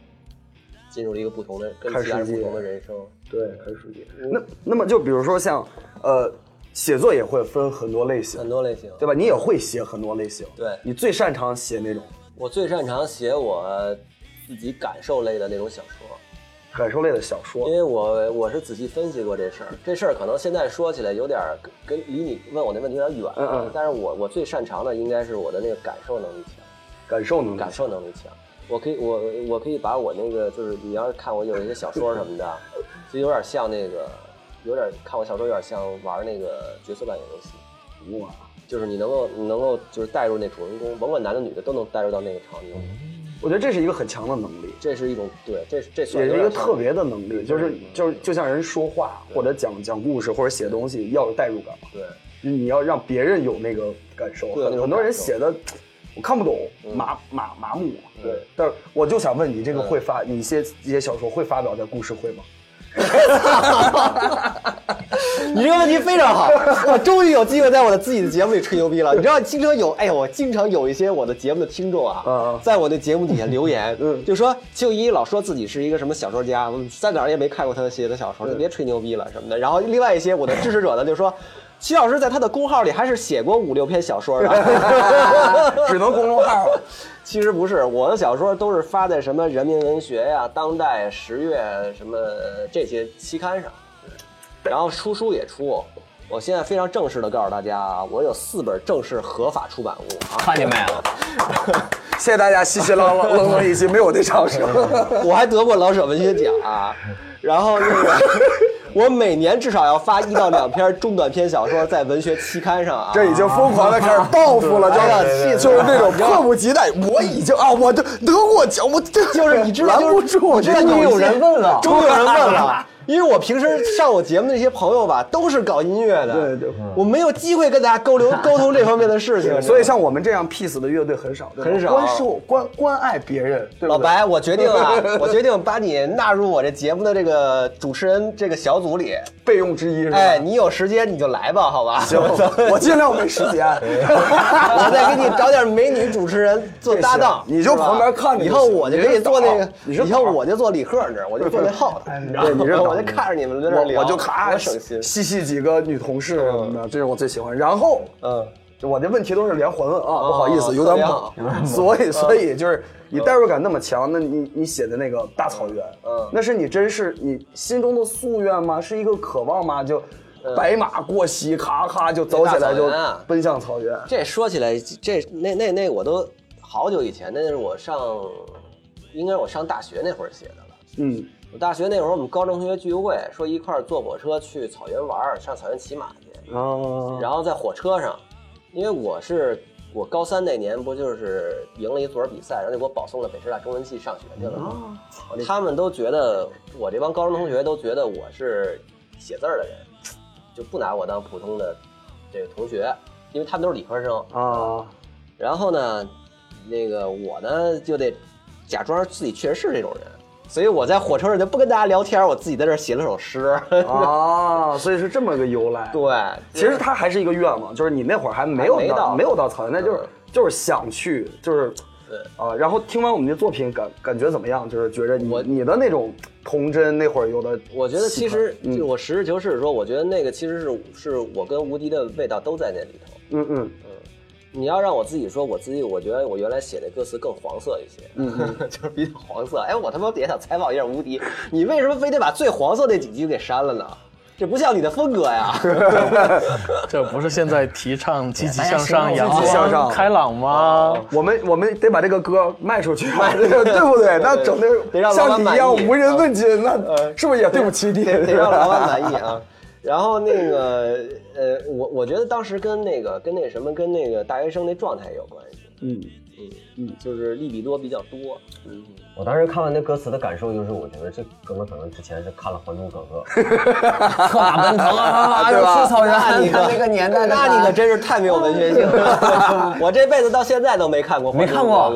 [SPEAKER 2] 进入了一个不同的跟
[SPEAKER 4] 看
[SPEAKER 2] 其他人
[SPEAKER 4] 世界
[SPEAKER 2] 不同的人生。
[SPEAKER 4] 对，很熟悉。那那么就比如说像，呃，写作也会分很多类型
[SPEAKER 2] 很，多类型，
[SPEAKER 4] 对吧？你也会写很多类型，
[SPEAKER 2] 对
[SPEAKER 4] 你最擅长写那种
[SPEAKER 2] 我最擅长写我自己感受类的那种小说，
[SPEAKER 4] 感受类的小说
[SPEAKER 2] 因。为我我是仔细分析过这事儿，这事儿可能现在说起来有点儿跟跟离你问我那问题有点远，
[SPEAKER 4] 嗯嗯
[SPEAKER 2] 但是我我最擅长的应该是我的那个感受能力强。
[SPEAKER 4] 感受能力
[SPEAKER 2] 感受能力强。我可以，我我可以把我那个，就是你要是看我有一些小说什么的，就有点像那个，有点看我小说有点像玩那个角色扮演游戏，
[SPEAKER 4] 哇，
[SPEAKER 2] 就是你能够你能够就是带入那主人公，甭管男的女的都能带入到那个场景里。
[SPEAKER 4] 我觉得这是一个很强的能力，
[SPEAKER 2] 这是一种对，这这算
[SPEAKER 4] 也是一
[SPEAKER 2] 有
[SPEAKER 4] 个
[SPEAKER 2] 点像
[SPEAKER 4] 特别的能力，就是就是就像人说话或者讲讲故事或者写东西要有代入感嘛，
[SPEAKER 2] 对。
[SPEAKER 4] 就是你要让别人有那个感受。
[SPEAKER 2] 对有那
[SPEAKER 4] 很
[SPEAKER 2] 种
[SPEAKER 4] 很多
[SPEAKER 2] 感
[SPEAKER 4] 人
[SPEAKER 2] 受嗯
[SPEAKER 4] 写的我看不懂，麻麻麻木。
[SPEAKER 2] 对，嗯
[SPEAKER 4] 但是我就想问你，这个会发你一些一些小说会发表在故
[SPEAKER 2] <laughs>
[SPEAKER 4] 事会吗？
[SPEAKER 2] 你这个问题非 <laughs> 常好，我终于有机会在我的自己的节目里吹牛逼了。你知道，经常有，哎呦，我经常有一些我的节目的听众啊，在我的节目底下留言，
[SPEAKER 4] 嗯
[SPEAKER 2] 就说就一老说自己是一个什么小说家，嗯在哪儿也没看过他的写的小说，
[SPEAKER 4] 嗯
[SPEAKER 2] 就别吹牛逼了什么的。然后另外一些我的支持者呢，就说。齐老师在他的公号里还是写过五六篇小说啊 <laughs> 的，
[SPEAKER 4] 只能公众号了。
[SPEAKER 2] 其实不是，我的小说都是发在什么人民文学呀、当代十月什么这些期刊上，然后出书也出，我现在非常正式的告诉大家啊，我有四本正式合法出版物啊，
[SPEAKER 3] 看见没有？
[SPEAKER 4] 谢谢大家，稀稀拉拉愣了一期，没有我
[SPEAKER 2] <laughs>
[SPEAKER 4] 的掌声。
[SPEAKER 2] 我还得过老舍文学奖啊，然后那个 <laughs> 我每年至少要发一到两篇中短篇小说在文学期刊上啊。
[SPEAKER 4] 这已经疯狂的开始报复了，就是就是那种迫不及待。我已经啊，我这得过奖，
[SPEAKER 2] <laughs>
[SPEAKER 4] 我这
[SPEAKER 2] 就是你知道，
[SPEAKER 4] 拦
[SPEAKER 2] 就
[SPEAKER 4] 不
[SPEAKER 2] 是
[SPEAKER 4] 住，
[SPEAKER 2] 我知道
[SPEAKER 4] 这
[SPEAKER 2] 一
[SPEAKER 4] 个
[SPEAKER 2] 些
[SPEAKER 3] 有人问了
[SPEAKER 2] 终于有人
[SPEAKER 4] <laughs>
[SPEAKER 2] 问了。因为我平时上我节目的那些朋友吧，都是搞音乐的，对对，我没有机会跟大家沟流沟通这方面的事情，
[SPEAKER 4] 所以像我们这样 peace 的乐队很少，对吧
[SPEAKER 2] 很少
[SPEAKER 4] 关注关关爱别人，对
[SPEAKER 2] 老
[SPEAKER 4] 不对？
[SPEAKER 2] 白，我决定
[SPEAKER 4] <laughs>
[SPEAKER 2] 了，我决定把你纳入我这节目的这个主持人这个小组里。
[SPEAKER 4] 备用之一是吧？
[SPEAKER 2] 哎，你有时间你就来吧，好吧？
[SPEAKER 4] <laughs> 行，我尽量没时
[SPEAKER 2] <laughs>
[SPEAKER 4] 间。
[SPEAKER 2] 我再给你找点美女主持人做搭档，
[SPEAKER 4] 这行你就是
[SPEAKER 2] 吧
[SPEAKER 4] 旁边看着
[SPEAKER 2] 以
[SPEAKER 4] 就行
[SPEAKER 2] 后我就可以做那个，
[SPEAKER 4] 你是导
[SPEAKER 2] 以后我就做李贺那儿，我就坐那后哎头，你知道
[SPEAKER 4] 对，你这
[SPEAKER 2] 吗？
[SPEAKER 4] 倒
[SPEAKER 2] 我就看着你们在那儿
[SPEAKER 4] 我
[SPEAKER 2] 聊，
[SPEAKER 4] 我就咔
[SPEAKER 2] 我省心。
[SPEAKER 4] 嬉戏几个女同事什么的，这是我最喜欢。然后，
[SPEAKER 2] 嗯，哦
[SPEAKER 4] 我这问题都是连环问啊，不好意思，有点
[SPEAKER 2] 特 <laughs> 别
[SPEAKER 4] 猛。嗯所
[SPEAKER 2] 嗯
[SPEAKER 4] 以，所以就是你代入感那么强，那你你写的那个大草原，嗯，那是你真是你心中的夙愿吗？是一个渴望吗？就白马过隙，咔咔就走起来，就
[SPEAKER 2] 嗯大草原啊
[SPEAKER 4] 奔向草原。
[SPEAKER 2] 这说起来，这那那那我都好久以前，那是我上，应该是我上大学那会儿写的了。
[SPEAKER 4] 嗯，
[SPEAKER 2] 我大学那会儿，我们高中同学聚会，说一块儿坐火车去草原玩儿，上草原骑马去。
[SPEAKER 4] 哦，
[SPEAKER 2] 然后在火车上，因为我是我高三那年不就是赢了一座儿比赛，然后就给我保送了北师大中文系上学去了嘛。他们都觉得我这帮高中同学都觉得我是写字儿的人，就不拿我当普通的这个同学，因为他们都是理科生。
[SPEAKER 4] 啊，
[SPEAKER 2] 然后呢，那个我呢就得假装自己确实是这种人，所以我在火车上就不跟大家聊天，我自己在这儿写了首诗。 <laughs>
[SPEAKER 4] 啊，所以是这么个由来。
[SPEAKER 2] 对，
[SPEAKER 4] 其实它还是一个愿望，就是你那会儿还没有
[SPEAKER 2] 还没到
[SPEAKER 4] 没有到草原，那就是就是想去，就是
[SPEAKER 2] 对
[SPEAKER 4] 啊。然后听完我们的作品，感感觉怎么样？就是觉着你
[SPEAKER 2] 我
[SPEAKER 4] 你的那种童真，那会儿有的，
[SPEAKER 2] 我觉得其实
[SPEAKER 4] 嗯
[SPEAKER 2] 就我实事求是地说，我觉得那个其实是是我跟无敌的味道都在那里头。
[SPEAKER 4] 嗯嗯，
[SPEAKER 2] 你要让我自己说我自己，我觉得我原来写的歌词更黄色一些，
[SPEAKER 4] 嗯
[SPEAKER 2] <laughs> 就是比较黄色。哎，我他妈也想采访一下无敌，你为什么非得把最黄色那几句给删了呢？这不像你的风格
[SPEAKER 4] <laughs>
[SPEAKER 2] 呀！
[SPEAKER 5] 这不是现在提倡积极向上、阳
[SPEAKER 4] 积极向上哦
[SPEAKER 5] 光开朗吗？
[SPEAKER 4] 我们我们得把这个歌卖出去，对
[SPEAKER 2] <laughs>
[SPEAKER 4] 不对？那整
[SPEAKER 2] 得
[SPEAKER 4] 的
[SPEAKER 2] 让老板
[SPEAKER 4] 像
[SPEAKER 2] 满
[SPEAKER 4] 你一样
[SPEAKER 2] 意啊呃
[SPEAKER 4] 无人问津，那是不是也对不起你？
[SPEAKER 2] 得得让老板满意啊。然后那个呃，我我觉得当时跟那个跟那什么跟那个大学生那状态有关系，
[SPEAKER 4] 嗯，
[SPEAKER 2] 嗯，就是利比多比较多，嗯，
[SPEAKER 3] 我当时看完那歌词的感受就是，我觉得这哥们儿可能之前是看了《还珠格格》， <laughs> 特打奔腾 <laughs> 啊，
[SPEAKER 4] 对吧
[SPEAKER 3] 吃草原，
[SPEAKER 2] 那你可
[SPEAKER 3] 看那个年代的吧，
[SPEAKER 2] <laughs> 那你可真是太没有文学性
[SPEAKER 3] <laughs>
[SPEAKER 2] 了，我这辈子到现在都没看过，
[SPEAKER 3] 没看过，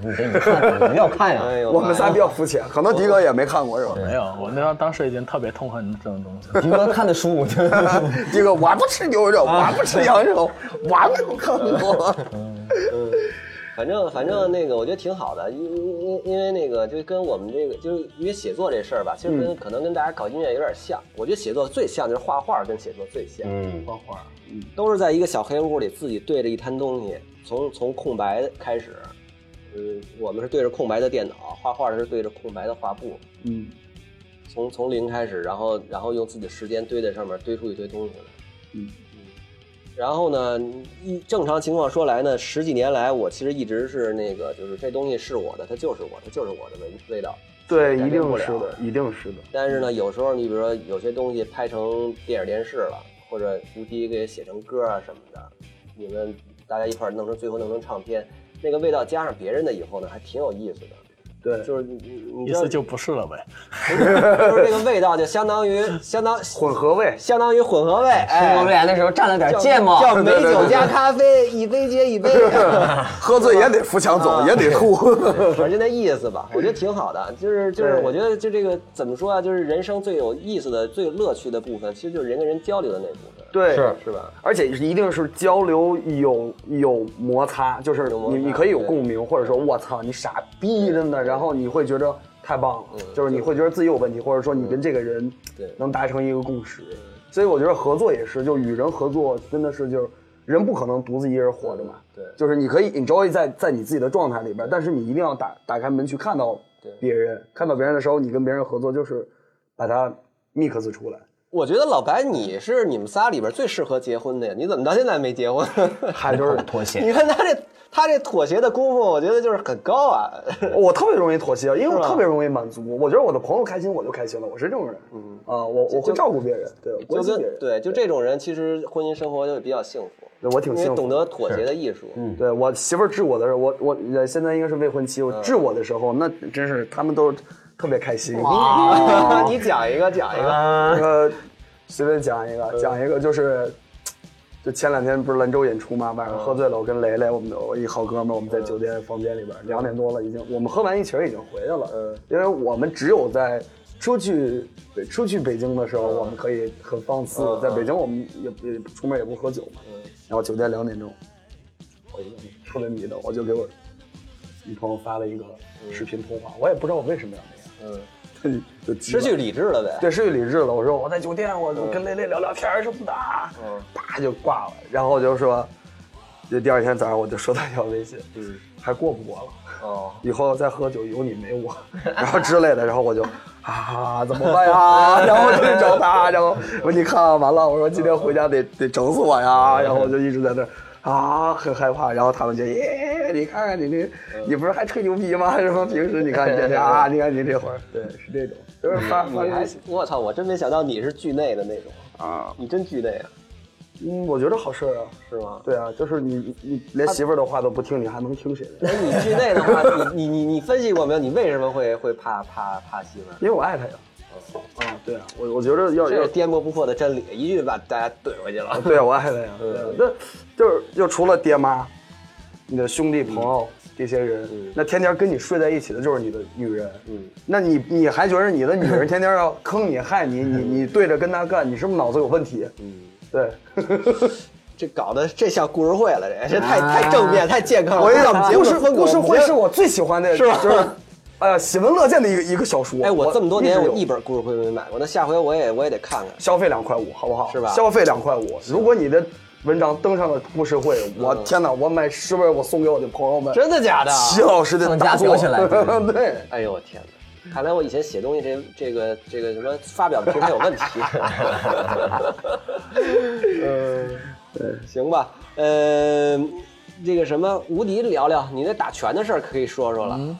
[SPEAKER 3] 你这你看，你一定要看呀。
[SPEAKER 2] 哎呦，
[SPEAKER 4] <laughs> 我们仨
[SPEAKER 2] 妈
[SPEAKER 4] 比
[SPEAKER 2] 呀
[SPEAKER 4] 较肤浅，可能迪哥也没看过是吧？
[SPEAKER 5] 没有，我那当时已经特别痛恨这种东西。
[SPEAKER 3] 迪哥看的书，
[SPEAKER 4] <laughs> 迪哥，我不吃牛肉，我不吃羊肉，我没有看过。 <laughs>
[SPEAKER 2] 反正反正那个我觉得挺好的，因因因因为那个就跟我们这个就是因为写作这事儿吧，其实
[SPEAKER 3] 嗯
[SPEAKER 2] 跟、可能跟大家搞音乐有点像，我觉得写作最像就是画画跟写作最像，
[SPEAKER 3] 嗯，
[SPEAKER 2] 都是在一个小黑屋里自己对着一摊东西，从从空白开始，嗯，我们是对着空白的电脑，画画的是对着空白的画布，嗯，从从零开始，然后然后用自己的时间堆在上面堆出一堆东西来，嗯然后呢，一正常情况说来呢，十几年来我其实一直是那个，就是这东西是我的，它就是我，它就是我的味味道。
[SPEAKER 4] 对，
[SPEAKER 2] 改
[SPEAKER 4] 一
[SPEAKER 2] 变
[SPEAKER 4] 定
[SPEAKER 2] 不
[SPEAKER 4] 是
[SPEAKER 2] 了
[SPEAKER 4] 的，一定是的。
[SPEAKER 2] 但是呢，有时候你比如说有些东西拍成电影电视了，或者无敌给写成歌啊什么的，你们大家一块儿弄成最后弄成唱片，那个味道加上别人的以后呢，还挺有意思的。
[SPEAKER 4] 对，
[SPEAKER 2] 就是你你你
[SPEAKER 5] 意
[SPEAKER 2] 知道
[SPEAKER 5] 思就不是了呗，
[SPEAKER 2] 就是这个味道就相当于相当
[SPEAKER 4] 混合味。
[SPEAKER 2] 相当于混合味，
[SPEAKER 3] 我们
[SPEAKER 2] 哎，
[SPEAKER 3] 俩那时候蘸了点
[SPEAKER 2] 叫
[SPEAKER 3] 芥末，
[SPEAKER 2] 叫美酒加咖啡，一杯接
[SPEAKER 4] <laughs>
[SPEAKER 2] 一杯。
[SPEAKER 4] 喝醉也得扶墙走，也得吐。
[SPEAKER 2] 反正就那意思吧，我觉得挺好的。就是就是，
[SPEAKER 4] 对
[SPEAKER 2] 我觉得就这个怎么说啊，就是人生最有意思的、最有乐趣的部分，其实就是人跟人交流的那部分。
[SPEAKER 4] 对，
[SPEAKER 3] 是
[SPEAKER 2] 是吧？
[SPEAKER 4] 而且一定是交流有有摩擦，就是
[SPEAKER 2] 有摩
[SPEAKER 4] 你
[SPEAKER 2] 擦
[SPEAKER 4] 你可以有
[SPEAKER 2] 对
[SPEAKER 4] 共鸣，或者说我操你傻逼真的，然后你会觉得太棒了，就是你会觉得自己有问题，或者说你跟这个人
[SPEAKER 2] 嗯对
[SPEAKER 4] 能达成一个共识。所以我觉得合作也是，就与人合作真的是就是人不可能独自一人活着嘛，
[SPEAKER 2] 对
[SPEAKER 4] 就是你可以 enjoy 在在你自己的状态里边，但是你一定要打打开门去看到别人，看到别人的时候，你跟别人合作就是把它 mix 出来。
[SPEAKER 2] 我觉得老白你是你们仨里边最适合结婚的呀，你怎么到现在没结婚？
[SPEAKER 4] 还就是
[SPEAKER 3] 妥
[SPEAKER 2] <laughs>
[SPEAKER 3] 协
[SPEAKER 2] 你看他这他这妥协的功夫，我觉得就是很高啊。
[SPEAKER 4] 我特别容易妥协，因为我
[SPEAKER 2] 吧
[SPEAKER 4] 特别容易满足。我觉得我的朋友开心，我就开心了。我是这种人，嗯啊，我我会照顾别人，对，我
[SPEAKER 2] 就
[SPEAKER 4] 关心别
[SPEAKER 2] 跟
[SPEAKER 4] 人，
[SPEAKER 2] 对，就这种人，其实婚姻生活就比较幸福，
[SPEAKER 4] 对我挺
[SPEAKER 2] 因
[SPEAKER 4] 幸
[SPEAKER 2] 为懂
[SPEAKER 4] 福。
[SPEAKER 2] 得妥协的艺术。 <laughs> 嗯，
[SPEAKER 4] 对我媳妇儿治我的时候，我我呃现在应该是未婚妻，
[SPEAKER 2] 嗯
[SPEAKER 4] 我治我的时候，那真是他们都特别开心。
[SPEAKER 3] 哦
[SPEAKER 2] 你讲一个，讲一个。
[SPEAKER 4] 呃，随便讲一个，讲一个就是，就前两天不是兰州演出嘛，晚上喝醉了，我跟雷雷，我们的我一好哥们儿，我们在酒店房间里边，两点多了已经，我们喝完一瓶已经回去了，因为我们只有在出去北出去北京的时候，我们可以很放肆，在北京我们也不也不出门也不喝酒嘛，然后酒店两点钟，我一个人特别迷的，我就给我女朋友发了一个视频通话，我也不知道我为什么要那样，嗯， <laughs> 就
[SPEAKER 2] 失去理智了呗，
[SPEAKER 4] 对，失去理智了。我说我在酒店，我跟雷雷聊聊天儿什么的，啪就挂了。然后我就说，就第二天早上我就收到一条微信，还过不过了？哦， <laughs> 以后再喝酒有你没我，然后之类的。然后我就啊，怎么办呀？然后我就去找他，然后我说你看啊完了，我说今天回家得得整死我呀。 <laughs> 然后我就一直在那儿。啊，很害怕，然后他们就耶，你看看你这，你不是还吹牛逼吗？ <laughs> 什么平时你看这啊，你看你这会儿，对，是这种，就是发发
[SPEAKER 2] 你
[SPEAKER 4] 微
[SPEAKER 2] 还
[SPEAKER 4] 信。
[SPEAKER 2] 我操，我真没想到你是剧内的那种啊，你真剧内啊，
[SPEAKER 4] 嗯，我觉得好事儿啊。
[SPEAKER 2] 是吗？
[SPEAKER 4] 对啊，就是你你你连媳妇儿的话都不听，你还能听谁的？
[SPEAKER 2] 哎，你剧内的话，你你你你分析过没有？你为什么会会怕怕怕媳妇儿？
[SPEAKER 4] 因为我爱她呀。啊，对啊，我我觉得要
[SPEAKER 2] 哦这
[SPEAKER 4] 要
[SPEAKER 2] 是颠簸不破的真理，一句把大家怼回去了。
[SPEAKER 4] 对啊，我爱她呀。对啊，那就是就除了爹妈，你的兄弟朋友
[SPEAKER 2] 嗯
[SPEAKER 4] 这些人，那天天跟你睡在一起的就是你的女人。嗯，那你你还觉得你的女人天天要坑你害
[SPEAKER 2] <laughs>
[SPEAKER 4] 你，你你对着跟她干，你是不是脑子有问题？嗯，对。
[SPEAKER 2] 这搞得这像故事会了，这这太太正面、太健康了。
[SPEAKER 4] 我跟你
[SPEAKER 2] <laughs> 啊我们
[SPEAKER 4] 讲，
[SPEAKER 2] 节
[SPEAKER 4] 故
[SPEAKER 2] 目
[SPEAKER 4] 事
[SPEAKER 2] 风格
[SPEAKER 4] 故事会是
[SPEAKER 2] 我
[SPEAKER 4] 我最喜欢的，
[SPEAKER 2] 是吧
[SPEAKER 4] 就是，呃，喜闻乐见的一个一个小说。
[SPEAKER 2] 们哎，我这么多年
[SPEAKER 4] 直
[SPEAKER 2] 我
[SPEAKER 4] 有
[SPEAKER 2] 一本故事会没买过，那下回我也我也得看看。
[SPEAKER 4] 消费两块五，好不好？
[SPEAKER 2] 是吧
[SPEAKER 4] 消费两块五，如果你的文章登上了故事会，我天哪，我买十本，我送给我的朋友们。
[SPEAKER 2] 真的假的？
[SPEAKER 4] 齐老师嗯的啊
[SPEAKER 3] 放假
[SPEAKER 4] 大作
[SPEAKER 3] 裱起来
[SPEAKER 4] <laughs> 对，
[SPEAKER 2] 哎呦我天哪！看来我以前写东西这这个这个什么发表的平台有问
[SPEAKER 4] <laughs>
[SPEAKER 2] 题。呃，行吧，呃，这个什么无敌聊聊，你那打拳的事儿可以说说
[SPEAKER 4] 嗯
[SPEAKER 2] 了。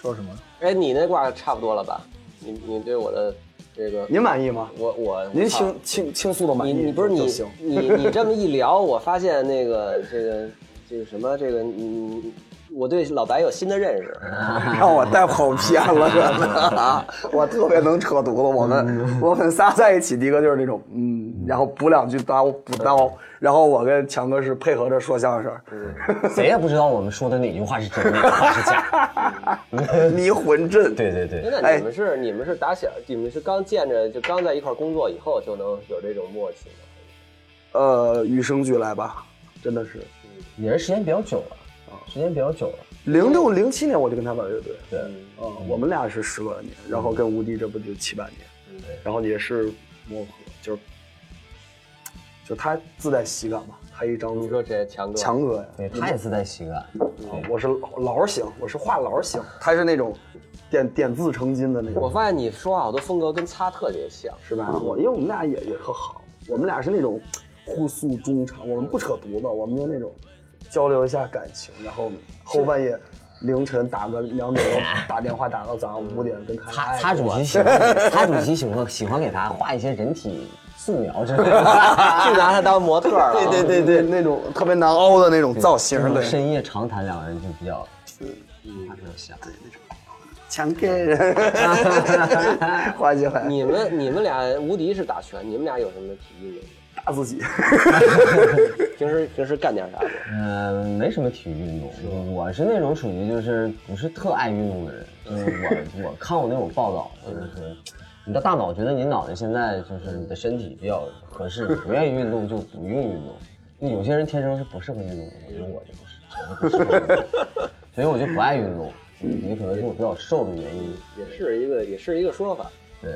[SPEAKER 5] 说什么？
[SPEAKER 2] 哎，你那挂差不多了吧？你你对我的这个，
[SPEAKER 4] 您满意吗？啊
[SPEAKER 2] 我我
[SPEAKER 4] 您
[SPEAKER 2] 我操
[SPEAKER 4] 轻轻轻松的满意
[SPEAKER 2] 你
[SPEAKER 4] 就，
[SPEAKER 2] 你不是你
[SPEAKER 4] 就行。
[SPEAKER 2] <laughs> 你你这么一聊，我发现那个这个这个什么这个你我对老白有新的认识。
[SPEAKER 4] <laughs> 让我带跑偏 <laughs> 了，真的，我特别能扯犊子。我们我们仨在一起，迪哥就是那种嗯，然后补两句刀补刀，然后我跟强哥是配合着说相声，
[SPEAKER 3] <laughs> 谁也不知道我们说的哪句话是真的，哪 <laughs> 句话是假。
[SPEAKER 4] 迷魂阵。
[SPEAKER 3] 对对对，
[SPEAKER 2] 那你们是你们是打小你们是刚见着就刚在一块儿工作以后就能有这种默契吗？
[SPEAKER 4] 呃，与生俱来吧，真的是。
[SPEAKER 3] 也是时间比较久了，时间比较久了。
[SPEAKER 4] 零六零七年我就跟他玩乐队，
[SPEAKER 3] 对，
[SPEAKER 4] 嗯，我们俩是十多年，然后跟吴迪这不就七八
[SPEAKER 2] 嗯
[SPEAKER 4] 年，然后也是磨合，就是就他自带喜感吧，他一张
[SPEAKER 2] 你说这强哥，
[SPEAKER 4] 强哥呀，
[SPEAKER 3] 对他也自带喜感，
[SPEAKER 4] 啊我是老型，我是话痨型，他是那种点点字成金的那
[SPEAKER 2] 我
[SPEAKER 4] 种，
[SPEAKER 2] 发现你说话好多风格跟他特别像。
[SPEAKER 4] 是吧？我因为我们俩也也特好，我们俩是那种互诉衷肠，我们不扯犊子，我们就那种交流一下感情，然后后半夜。凌晨打个两点钟，打电话打到早上五点，跟他
[SPEAKER 3] 他
[SPEAKER 4] 哎
[SPEAKER 3] 他主席喜欢，他主席喜欢 <laughs> 喜欢给他画一些人体素描之类的，
[SPEAKER 2] <laughs>
[SPEAKER 3] <laughs>
[SPEAKER 2] 就拿他当模特了，
[SPEAKER 4] 对对对，那种特别难凹的那种造型
[SPEAKER 3] 就是
[SPEAKER 4] 对，
[SPEAKER 3] 深夜长谈，两个人就比较，
[SPEAKER 2] 嗯
[SPEAKER 3] 他比较像。
[SPEAKER 4] 强给 <laughs> 花姐还
[SPEAKER 2] 你们你们俩无敌是打拳，你们俩有什么体育运动？
[SPEAKER 4] 打自己， <laughs>
[SPEAKER 2] 平时平时干点啥不？
[SPEAKER 3] 嗯，没什么体育运动，我我是那种属于就是不是特爱运动的 <laughs> 人，就是我我看过那种报道，就是你的大脑觉得你脑袋现在就是你的身体比较合适，你不愿意运动就不用运动。就有些人天生是不适合运动的，我觉得我就不是我就不适合运动，所以我就不爱运动，也可能是我比较瘦的原因。
[SPEAKER 2] 也是一个也是一个说法。
[SPEAKER 3] 对，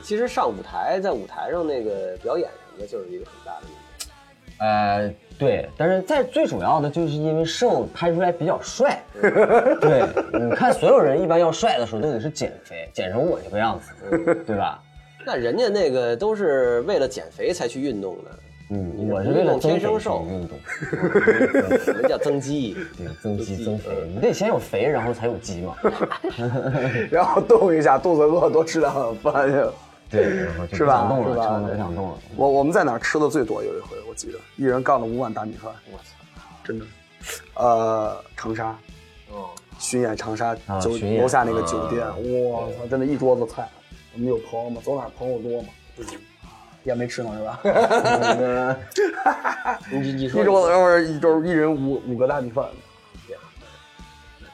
[SPEAKER 2] 其实上舞台，在舞台上那个表演什么的，就是一个很大的运动。
[SPEAKER 3] 呃，对，但是在最主要的就是因为瘦拍出来比较帅，对，你看所有人一般要帅的时候都得是减肥，减成我这个样子，对吧？
[SPEAKER 2] 那人家那个都是为了减肥才去运动的，
[SPEAKER 3] 嗯，我是为了增
[SPEAKER 2] 天
[SPEAKER 3] 肥
[SPEAKER 2] 生
[SPEAKER 3] 去
[SPEAKER 2] 瘦
[SPEAKER 3] 运动，
[SPEAKER 2] <laughs> 什么叫增肌？
[SPEAKER 3] 对，增肌增肥，你得先有肥，然后才有肌嘛。
[SPEAKER 4] 然后动一下，肚子饿多吃两碗饭去。
[SPEAKER 3] 对，然后就是不
[SPEAKER 4] 吧
[SPEAKER 3] 想动了，
[SPEAKER 4] 是吧
[SPEAKER 3] 撑的不想动了。
[SPEAKER 4] 我我们在哪儿吃的最多？有一回我记得，一人杠了五碗大米饭。我操，真的。呃，长沙，
[SPEAKER 5] 哦，
[SPEAKER 4] 巡演长沙
[SPEAKER 3] 啊
[SPEAKER 4] 酒
[SPEAKER 3] 巡演啊
[SPEAKER 4] 楼下那个酒店，我操，真的一桌子菜。我们有朋友嘛，走哪儿朋友多嘛。
[SPEAKER 2] 嗯
[SPEAKER 4] 也没吃呢是
[SPEAKER 2] <laughs>
[SPEAKER 4] 吧？
[SPEAKER 2] 你你说
[SPEAKER 4] <laughs> 一桌子，要是一桌一人五五个大米饭，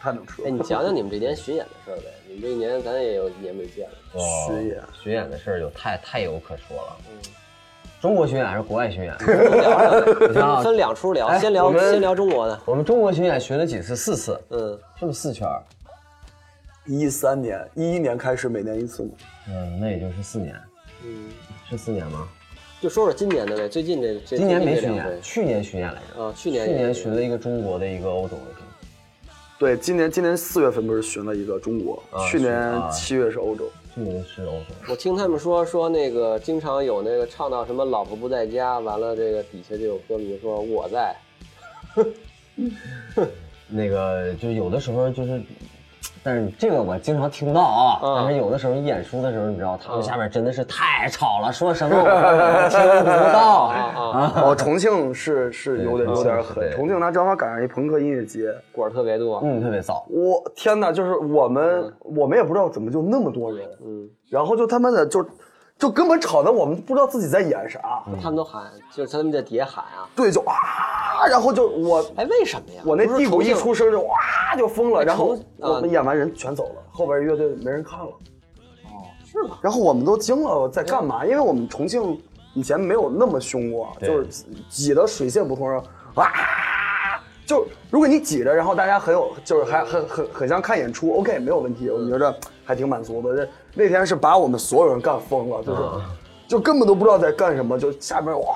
[SPEAKER 4] 太能吃
[SPEAKER 2] 哎，
[SPEAKER 4] 了。
[SPEAKER 2] 你讲讲你们这年巡演的事儿呗。你们这一年咱也有一年没见了，
[SPEAKER 4] 巡演
[SPEAKER 3] 巡演的事儿有太太有可说了。中国巡演还是国外巡演？
[SPEAKER 2] 分
[SPEAKER 3] 想想
[SPEAKER 2] 分两出聊，
[SPEAKER 3] 哎
[SPEAKER 2] 先聊
[SPEAKER 3] 我们
[SPEAKER 2] 先聊中国的。
[SPEAKER 3] 我们中国巡演巡了几次？四次，
[SPEAKER 2] 嗯，
[SPEAKER 3] 是不是四圈儿？
[SPEAKER 4] 一三年，一一年开始每年一次嘛。
[SPEAKER 3] 嗯，那也就是四年。嗯，是四年吗？
[SPEAKER 2] 就说说今年的呗。最近这这
[SPEAKER 3] 今年没
[SPEAKER 2] 最近
[SPEAKER 3] 巡
[SPEAKER 2] 这两回
[SPEAKER 3] 演，去年巡演来着。
[SPEAKER 2] 啊去年
[SPEAKER 3] 去
[SPEAKER 2] 也
[SPEAKER 3] 年
[SPEAKER 2] 是
[SPEAKER 3] 巡了一个中国的一个欧洲的。
[SPEAKER 4] 对，今年今年四月份不是巡了一个中国，
[SPEAKER 3] 啊
[SPEAKER 4] 去
[SPEAKER 3] 是
[SPEAKER 4] 年
[SPEAKER 3] 啊
[SPEAKER 4] 七月是欧洲。
[SPEAKER 3] 去年是欧洲，
[SPEAKER 2] 我听他们说说那个经常有那个唱到什么老婆不在家，完了这个底下就有歌迷说我在，
[SPEAKER 3] 那个就是有的时候就是，但是这个我经常听到啊。
[SPEAKER 2] 嗯
[SPEAKER 3] 但是有的时候一演出的时候，你知道他们下面真的是太吵了，说什么我听不 <laughs> 到啊。
[SPEAKER 4] 哦，重庆是是
[SPEAKER 3] 对
[SPEAKER 4] 有点
[SPEAKER 3] 重庆
[SPEAKER 4] 有点
[SPEAKER 3] 是
[SPEAKER 4] 狠。
[SPEAKER 3] 对
[SPEAKER 4] 重庆它正好赶上一朋克音乐节，
[SPEAKER 2] 管儿特别多。
[SPEAKER 3] 嗯，特别燥。
[SPEAKER 4] 我天哪！就是我们、我们也不知道怎么就那么多人，
[SPEAKER 2] 嗯，
[SPEAKER 4] 然后就他妈的就就根本吵得我们不知道自己在演啥，
[SPEAKER 3] 嗯
[SPEAKER 2] 他们都喊，就是他们在底下喊啊。
[SPEAKER 4] 对，就啊，然后就我
[SPEAKER 2] 哎，为什么呀？
[SPEAKER 4] 我那
[SPEAKER 2] 不是
[SPEAKER 4] 地鼓
[SPEAKER 2] 重
[SPEAKER 4] 一
[SPEAKER 2] 庆
[SPEAKER 4] 出声就哇就疯了，然后
[SPEAKER 2] 啊
[SPEAKER 4] 我们演完人全走了，后边乐队没人看了，
[SPEAKER 2] 哦是吗？嗯
[SPEAKER 4] 然后我们都惊了，在干嘛？因为我们重庆以前没有那么凶过，就是挤得水泄不通，然后啊，就如果你挤着，然后大家很有，就是还很很很像看演出，OK 没有问题，我觉着还挺满足的。这那天是把我们所有人干疯了，就是就根本都不知道在干什么，就下面哇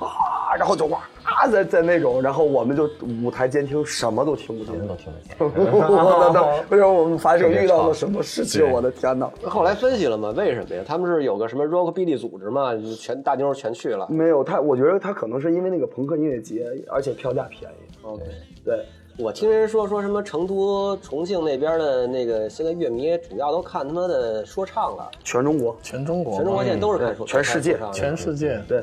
[SPEAKER 4] 啊，然后就哇在在那种，然后我们就舞台监听什么都听不见
[SPEAKER 3] 什。么都听 <laughs> 不见。
[SPEAKER 4] 我的天！为什么我们发生遇到了什么事情？我的天哪！
[SPEAKER 2] 后来分析了吗？为什么呀？他们是有个什么 rockabilly 组织嘛，全大妞儿全去了。
[SPEAKER 4] 没有他，我觉得他可能是因为那个朋克音乐节，而且票价便宜。
[SPEAKER 2] OK，
[SPEAKER 4] 对，
[SPEAKER 2] 我听人说说什么成都、重庆那边的那个现在乐迷主要都看他妈的说唱了，
[SPEAKER 4] 全中国，
[SPEAKER 5] 全中国吧，
[SPEAKER 2] 全中国现在都是看说，
[SPEAKER 4] 全世界
[SPEAKER 2] 看说唱
[SPEAKER 5] 全
[SPEAKER 2] 的
[SPEAKER 5] 世界，
[SPEAKER 4] 对，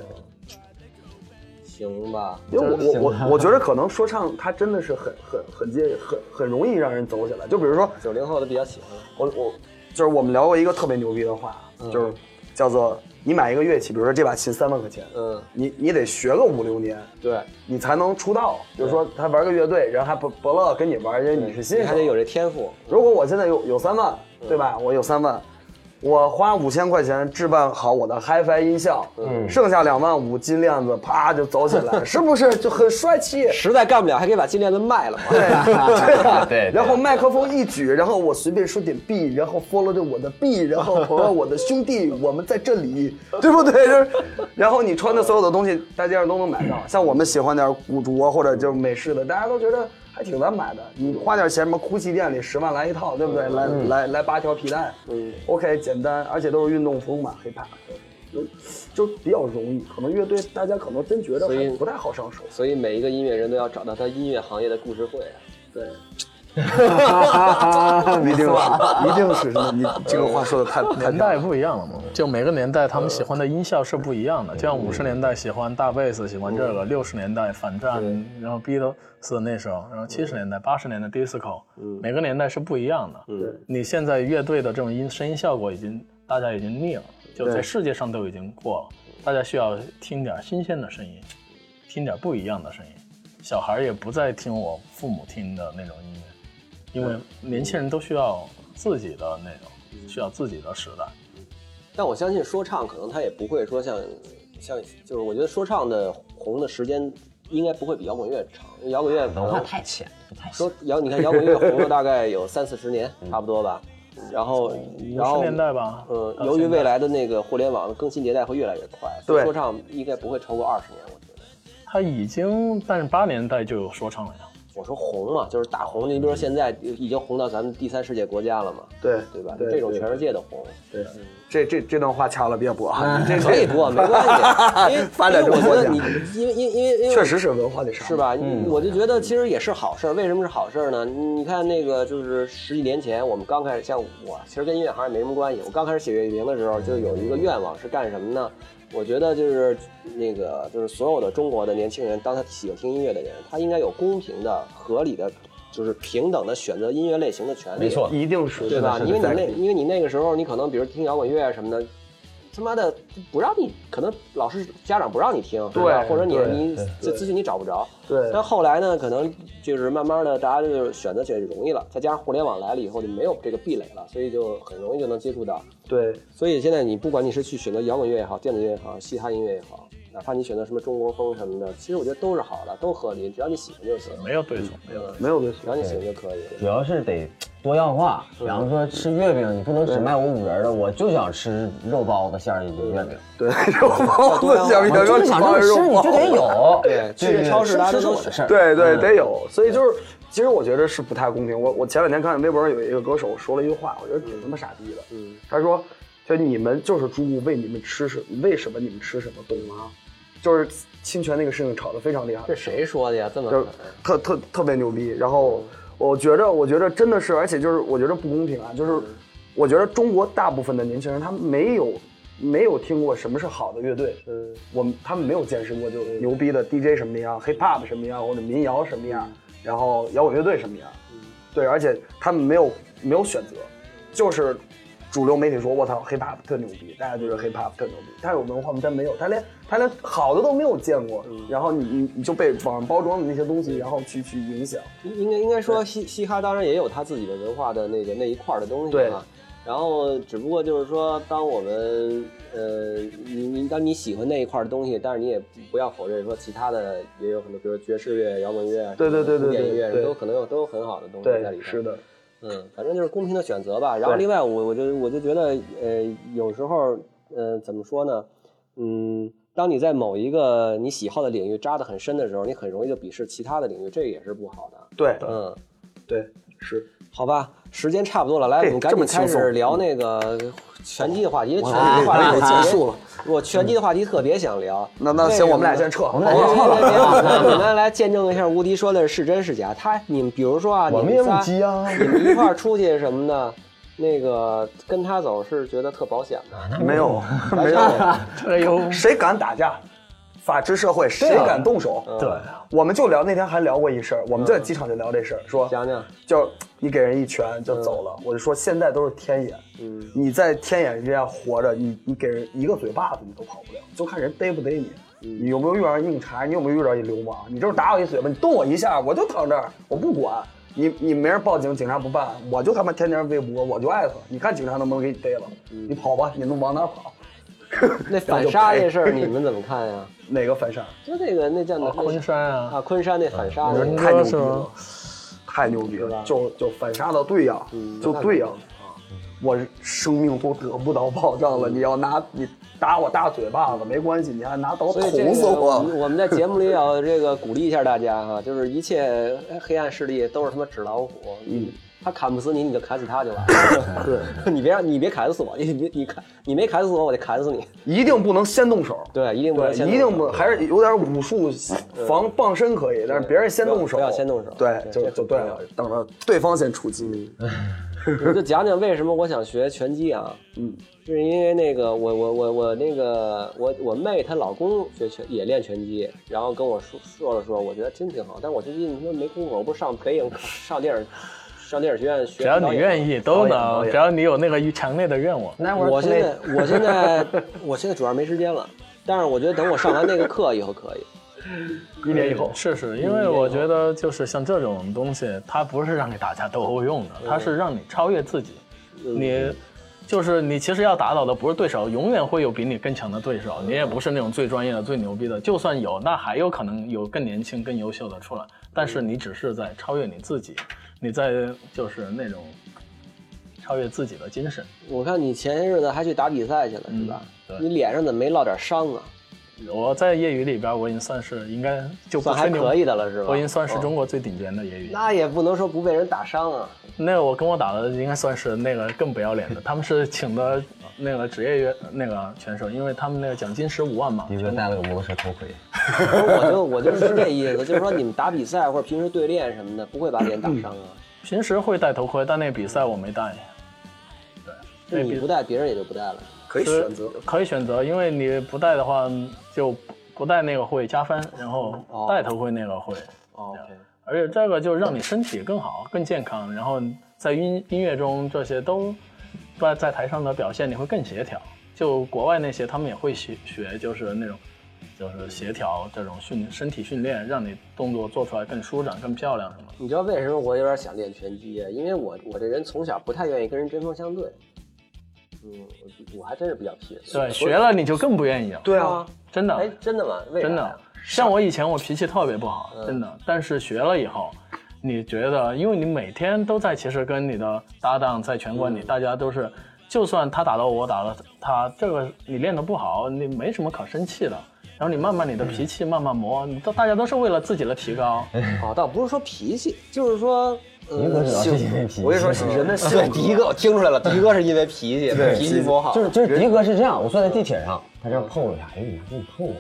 [SPEAKER 2] 行吧？
[SPEAKER 4] 因为我我我我觉得可能说唱它真的是很很很接很很容易让人走起来。就比如说
[SPEAKER 2] 九零后的比较喜欢了，
[SPEAKER 4] 我我就是我们聊过一个特别牛逼的话，啊
[SPEAKER 2] 嗯
[SPEAKER 4] 就是叫做你买一个乐器，比如说这把琴三万块钱，
[SPEAKER 2] 嗯，
[SPEAKER 4] 你你得学个五六年，
[SPEAKER 2] 对，
[SPEAKER 4] 你才能出道。就是说他玩个乐队，人还不不乐跟你玩，因为你是新
[SPEAKER 2] 你
[SPEAKER 4] 手，
[SPEAKER 2] 还得有这嗯天赋。
[SPEAKER 4] 如果我现在有有三万，对吧？我有三万，我花五千块钱置办好我的 HiFi 音效，
[SPEAKER 2] 嗯
[SPEAKER 4] 剩下两万五金链子，啪就走起
[SPEAKER 2] <laughs>
[SPEAKER 4] 来，是不是就很帅气？
[SPEAKER 2] 实在干不了，还可以把金链子卖了嘛。
[SPEAKER 4] <laughs> 对啊
[SPEAKER 3] 对对
[SPEAKER 4] 然后麦克风一举，然后我随便说点 B，然后 follow 着我的 B，然后朋友我的兄弟，我们在这里， <laughs> 对不对？就是，然后你穿的所有的东西，大街上都能买到。像我们喜欢点古着或者就是美式的，大家都觉得还挺难买的。你花点钱，什么 GUCCI 店里十万来一套，对不对？来来来八条皮带，嗯，OK，简单，而且都是运动风嘛，黑怕。就就比较容易，可能乐队大家可能真觉得
[SPEAKER 2] 所以
[SPEAKER 4] 还不太好上手。
[SPEAKER 2] <laughs> 所以每一个音乐人都要找到他音乐行业的故事会啊。
[SPEAKER 4] 对， <laughs> 一定是，一定是什么？你这个话说的
[SPEAKER 2] <laughs>
[SPEAKER 4] 太太
[SPEAKER 5] 年代不一样了嘛，就每个年代他们喜欢的音效是不一样的。就像五十年代喜欢大贝斯，喜欢这个；六十年代反战，然后 Beatles 那时候，然后七十年代、八十年代 disco，每个年代是不一样的。你现在乐队的这种音声音效果已经大家已经腻了，就在世界上都已经过了，大家需要听点新鲜的声音，听点不一样的声音。小孩也不再听我父母听的那种音乐，因为年轻人都需要自己的那种，需要自己的时代。
[SPEAKER 2] 但我相信说唱可能他也不会说像像就是我觉得说唱的红的时间应该不会比摇滚乐长，因为摇滚乐可
[SPEAKER 3] 文化
[SPEAKER 2] 能
[SPEAKER 3] 太浅，不太行。
[SPEAKER 2] 说摇你看摇滚乐红了大概有三四十年
[SPEAKER 4] 嗯
[SPEAKER 2] 差不多吧，然后
[SPEAKER 5] 五
[SPEAKER 2] 然
[SPEAKER 5] 哦十
[SPEAKER 2] 后
[SPEAKER 5] 年代吧，
[SPEAKER 2] 呃，
[SPEAKER 5] 到
[SPEAKER 2] 由于
[SPEAKER 5] 现在
[SPEAKER 2] 未来的那个互联网更新迭代会越来越快，所以
[SPEAKER 4] 对
[SPEAKER 2] 说唱应该不会超过二十年，我觉得。
[SPEAKER 5] 它已经，但是八年代就有说唱了呀。
[SPEAKER 2] 我说红嘛，就是大红，你比
[SPEAKER 4] 嗯
[SPEAKER 2] 如说现在已经红到咱们第三世界国家了嘛，
[SPEAKER 4] 对
[SPEAKER 2] 对吧？
[SPEAKER 4] 对
[SPEAKER 2] 这种
[SPEAKER 4] 对
[SPEAKER 2] 全世界的红，
[SPEAKER 4] 对，这这这段话掐了别播啊，这
[SPEAKER 2] 哎可以播没
[SPEAKER 4] <laughs>
[SPEAKER 2] 关系，因为
[SPEAKER 4] 发展
[SPEAKER 2] 因为我
[SPEAKER 4] 中
[SPEAKER 2] 觉
[SPEAKER 4] 国
[SPEAKER 2] 得
[SPEAKER 4] 家
[SPEAKER 2] 你，因为因为因为因为
[SPEAKER 4] 确实是文化的伤，
[SPEAKER 2] 是？吧？
[SPEAKER 3] 嗯
[SPEAKER 2] 我就觉得其实也是好事儿。为什么是好事儿呢？你你看那个，就是十几年前我们刚开始，像我其实跟音乐行业没什么关系。我刚开始写乐评的时候，就有一个愿望是干什么呢？我觉得就是那个，就是所有的中国的年轻人，当他喜欢听音乐的人，他应该有公平的、合理的，就是平等的选择音乐类型的权利。
[SPEAKER 3] 没错，
[SPEAKER 4] 一定是
[SPEAKER 2] 对吧？
[SPEAKER 4] 是的
[SPEAKER 2] 因为你
[SPEAKER 4] 在
[SPEAKER 2] 那，因为你那个时候，你可能比如听摇滚乐啊什么的，他妈的不让你，可能老师家长不让你听，
[SPEAKER 4] 对
[SPEAKER 2] 吧？或者你
[SPEAKER 4] 对
[SPEAKER 2] 你这资讯你找不着。
[SPEAKER 4] 对
[SPEAKER 2] 但后来呢，可能就是慢慢的，大家就是选择起来容易了，再加上互联网来了以后，就没有这个壁垒了，所以就很容易就能接触到。
[SPEAKER 4] 对
[SPEAKER 2] 所以现在你不管你是去选择摇滚乐也好，电子乐也好，嘻哈音乐也好，哪怕你选择什么中国风什么的，其实我觉得都是好的，都合理，只要你喜欢就行，
[SPEAKER 5] 没有对错，没有对错
[SPEAKER 4] 没有对
[SPEAKER 2] 只要你喜欢就可以。
[SPEAKER 3] 主要是得多样化。比方说吃月饼，你不能只卖我五仁的，我就想吃肉包子馅儿的月饼，
[SPEAKER 2] <laughs>
[SPEAKER 4] 对， <laughs> 肉包子想
[SPEAKER 3] 我就是想这么吃，你就得有。
[SPEAKER 2] 对去这 <laughs> 超市大家
[SPEAKER 3] 这
[SPEAKER 2] 都
[SPEAKER 3] 是我的事儿。
[SPEAKER 4] 对对，得有。所以就是，其实我觉得是不太公平。我我前两天看微博上有一个歌手说了一句话，我觉得挺他妈傻逼的。嗯，他说，就你们就是猪，为你们吃什为什么你们吃什么，懂吗？就是侵权那个事情吵得非常厉害，
[SPEAKER 2] 这谁说的呀？这么
[SPEAKER 4] 就是特特特别牛逼。然后我觉着，我觉着真的是，而且就是我觉着不公平啊，就是我觉得中国大部分的年轻人他没有。没有听过什么是好的乐队，嗯，我们他们没有见识过就牛逼的 DJ 什么样，hip hop 什么样，或者民谣什么样，然后摇滚乐队什么样，对，而且他们没有没有选择，就是主流媒体说我操 hip hop 特牛逼，大家觉得 hip hop 特牛逼，他有文化吗？他没有，他连他连好的都没有见过，然后你你你就被网上包装的那些东西，然后去去影响，
[SPEAKER 2] 应应该应该说嘻嘻哈当然也有它自己的文化的那个那一块儿的东西
[SPEAKER 4] 对
[SPEAKER 2] 啊。然后只不过就是说，当我们呃，你你当你喜欢那一块儿的东西，但是你也不要否认说其他的也有很多，比如爵士乐、摇滚乐、啊
[SPEAKER 4] 对对对对
[SPEAKER 2] 古典
[SPEAKER 4] 对
[SPEAKER 2] 乐
[SPEAKER 4] 对
[SPEAKER 2] 都可能有都有很好的东西在里
[SPEAKER 4] 对，
[SPEAKER 2] 边。
[SPEAKER 4] 是的，
[SPEAKER 2] 嗯，反正就是公平的选择吧。然后
[SPEAKER 4] 对
[SPEAKER 2] 另外我，我就我就觉得，呃，有时候，呃，怎么说呢？嗯，当你在某一个你喜好的领域扎得很深的时候，你很容易就鄙视其他的领域，这也是不好的。
[SPEAKER 4] 对
[SPEAKER 2] 嗯，
[SPEAKER 4] 对是，
[SPEAKER 2] 好吧，时间差不多了，来，我
[SPEAKER 4] 嘿
[SPEAKER 2] 们赶
[SPEAKER 4] 这
[SPEAKER 2] 紧
[SPEAKER 4] 么
[SPEAKER 2] 开
[SPEAKER 4] 轻松
[SPEAKER 2] 始聊那个拳击的话题，因为拳击的话题
[SPEAKER 4] 我以为
[SPEAKER 2] 我
[SPEAKER 4] 结
[SPEAKER 2] 特别
[SPEAKER 4] 束了，
[SPEAKER 2] 我拳击的话题特别想聊。
[SPEAKER 4] 那那行，我们俩先撤，好啊
[SPEAKER 2] 别
[SPEAKER 4] 吧？
[SPEAKER 2] 别别别那你们来见证一下吴迪说的是真是假。他你们比如说啊，
[SPEAKER 3] 我们
[SPEAKER 2] 你
[SPEAKER 3] 也
[SPEAKER 2] 仨
[SPEAKER 3] 母鸡啊
[SPEAKER 2] 你们一块儿出去什么的，那个跟他走是觉得特保险的。
[SPEAKER 4] <laughs> 没有没有，啊
[SPEAKER 5] 哎呦，
[SPEAKER 4] <laughs> 谁敢打架？法治社会，谁敢动手？
[SPEAKER 5] 对，
[SPEAKER 4] 我们就聊那天还聊过一事儿，我们在机场就聊这事儿，说
[SPEAKER 2] 讲讲
[SPEAKER 4] 就你给人一拳就走了，我就说现在都是天眼，嗯，你在天眼之下活着，你你给人一个嘴巴子你都跑不了，就看人逮不逮你，你有没有遇上硬茬，你有没有遇到一流氓，你就是打我一嘴巴，你动我一下，我就躺这儿，我不管。你你没人报警，警察不办，我就他妈天天微博，我就艾特，你看警察能不能给你逮了？你跑吧，你能往哪儿跑？
[SPEAKER 2] 那反杀这事儿你们怎么看呀？
[SPEAKER 4] 哪个反杀？
[SPEAKER 2] 就那个那叫
[SPEAKER 4] 哦
[SPEAKER 2] 哪？
[SPEAKER 5] 昆山啊，
[SPEAKER 2] 啊，昆山那反杀那个
[SPEAKER 4] 太牛
[SPEAKER 5] 是
[SPEAKER 4] 逼
[SPEAKER 5] 吗
[SPEAKER 4] 了，太牛逼了，就就反杀到对呀，
[SPEAKER 2] 嗯
[SPEAKER 4] 就对呀，我生命都得不到保障了，
[SPEAKER 2] 嗯
[SPEAKER 4] 你要拿你打我大嘴巴子没关系，你还拿刀
[SPEAKER 2] 所以这个
[SPEAKER 4] 捅死我
[SPEAKER 2] 们。我们在节目里要这个鼓励一下大家哈、就是一切黑暗势力都是他妈纸老虎，嗯，他砍不死你，你就砍死他就完了。对， <laughs> 你别让你别砍死我，你别你砍你没砍死我，我就砍死你。
[SPEAKER 4] 一定不能先动手，
[SPEAKER 2] 对，一定不
[SPEAKER 4] 对，
[SPEAKER 2] 能先动
[SPEAKER 4] 一定不还是有点武术防傍身可以，但是别人先动手，
[SPEAKER 2] 不要不要先动手
[SPEAKER 4] 对，
[SPEAKER 2] 对
[SPEAKER 4] 就
[SPEAKER 2] 这
[SPEAKER 4] 就
[SPEAKER 2] 很
[SPEAKER 4] 对
[SPEAKER 2] 重要
[SPEAKER 4] 了，等着对方先出击。
[SPEAKER 5] 嗯
[SPEAKER 2] 我就讲讲为什么我想学拳击啊？嗯，是因为那个我我我我那个我我妹她老公学拳也练拳击，然后跟我说说了说，我觉得真挺好，但我最近他妈没工夫，我不是上北影上电影上电影学院学
[SPEAKER 5] 只要
[SPEAKER 2] 导
[SPEAKER 5] 你
[SPEAKER 2] 演吗
[SPEAKER 5] 愿意都
[SPEAKER 4] 嗯导
[SPEAKER 5] 能，
[SPEAKER 4] 演
[SPEAKER 5] 只要你有那个强烈的愿望，
[SPEAKER 3] 那会儿
[SPEAKER 2] 我
[SPEAKER 3] 从
[SPEAKER 2] 现
[SPEAKER 3] 那
[SPEAKER 2] 在我现在我现在主要没时间了，但是我觉得等我上完那个课以后可以。
[SPEAKER 5] 一年以后，是是，因为我觉得就是像这种东西，它不是让你打架斗殴用的，它是让你超越自己。你就是你，其实要打倒的不是对手，永远会有比你更强的对手，你也不是那种最专业的、最牛逼的。就算有，那还有可能有更年轻、更优秀的出来，但是你只是在超越你自己，你在就是那种超越自己的精神。
[SPEAKER 2] 我看你前些日子还去打比赛去了是吧？
[SPEAKER 5] 嗯对
[SPEAKER 2] 你脸上怎么没落点伤啊？
[SPEAKER 5] 我在业余里边，我已经算是应该就不
[SPEAKER 2] 算还
[SPEAKER 5] 吹牛
[SPEAKER 2] 可以的了是吧
[SPEAKER 5] 我已经算是中国最顶尖的业余。
[SPEAKER 2] 那也不能说不被人打伤啊。
[SPEAKER 5] 那个我跟我打的应该算是那个更不要脸的，他们是请的那个职业乐那个拳手，因为他们那个奖金十五万嘛，
[SPEAKER 3] 迪哥戴了个摩托车头盔，
[SPEAKER 2] 我就我就是这意思，就是说你们打比赛或者平时对练什么的，不会把脸打伤
[SPEAKER 5] <clears throat>
[SPEAKER 2] 啊。
[SPEAKER 5] 平时会戴头盔，但那比赛我没戴。
[SPEAKER 2] 就你不戴，别人也就不戴了。
[SPEAKER 4] 可以选择。
[SPEAKER 5] 可以选择，因为你不戴的话就不戴那个会加分，然后戴头盔那个会。
[SPEAKER 2] 哦，OK，
[SPEAKER 5] 而且这个就让你身体更好、更健康，然后在音音乐中这些都在在台上的表现你会更协调。就国外那些他们也会学学，就是那种就是协调这种训身体训练，让你动作做出来更舒展、更漂亮什么的。
[SPEAKER 2] 你知道为什么我有点想练拳击啊？因为我我这人从小不太愿意跟人针锋相对。嗯，我我还真是比较皮。
[SPEAKER 5] 对，学了你就更不愿意了。
[SPEAKER 2] 对啊，
[SPEAKER 5] 真的。
[SPEAKER 2] 哎，真的吗？为啥呀
[SPEAKER 5] 真的，像我以前我脾气特别不好，真的。但是学了以后，你觉得，因为你每天都在，其实跟你的搭档在拳馆里，大家都是，就算他打到我，打到他，这个你练得不好，你没什么可生气的。然后你慢慢你的脾气慢慢磨，你都大家都是为了自己的提高。
[SPEAKER 2] 哦，倒不是说脾气，就是说，
[SPEAKER 3] 迪哥
[SPEAKER 2] 嗯，
[SPEAKER 3] 主要是 <laughs> 因为脾气。
[SPEAKER 2] 我跟你说，人的性格。对，迪哥，我听出来了，迪哥是因为脾气，脾气不好。
[SPEAKER 3] 就是就是迪哥是这样，我坐在地铁上，他这样碰我一下，哎，你你碰我，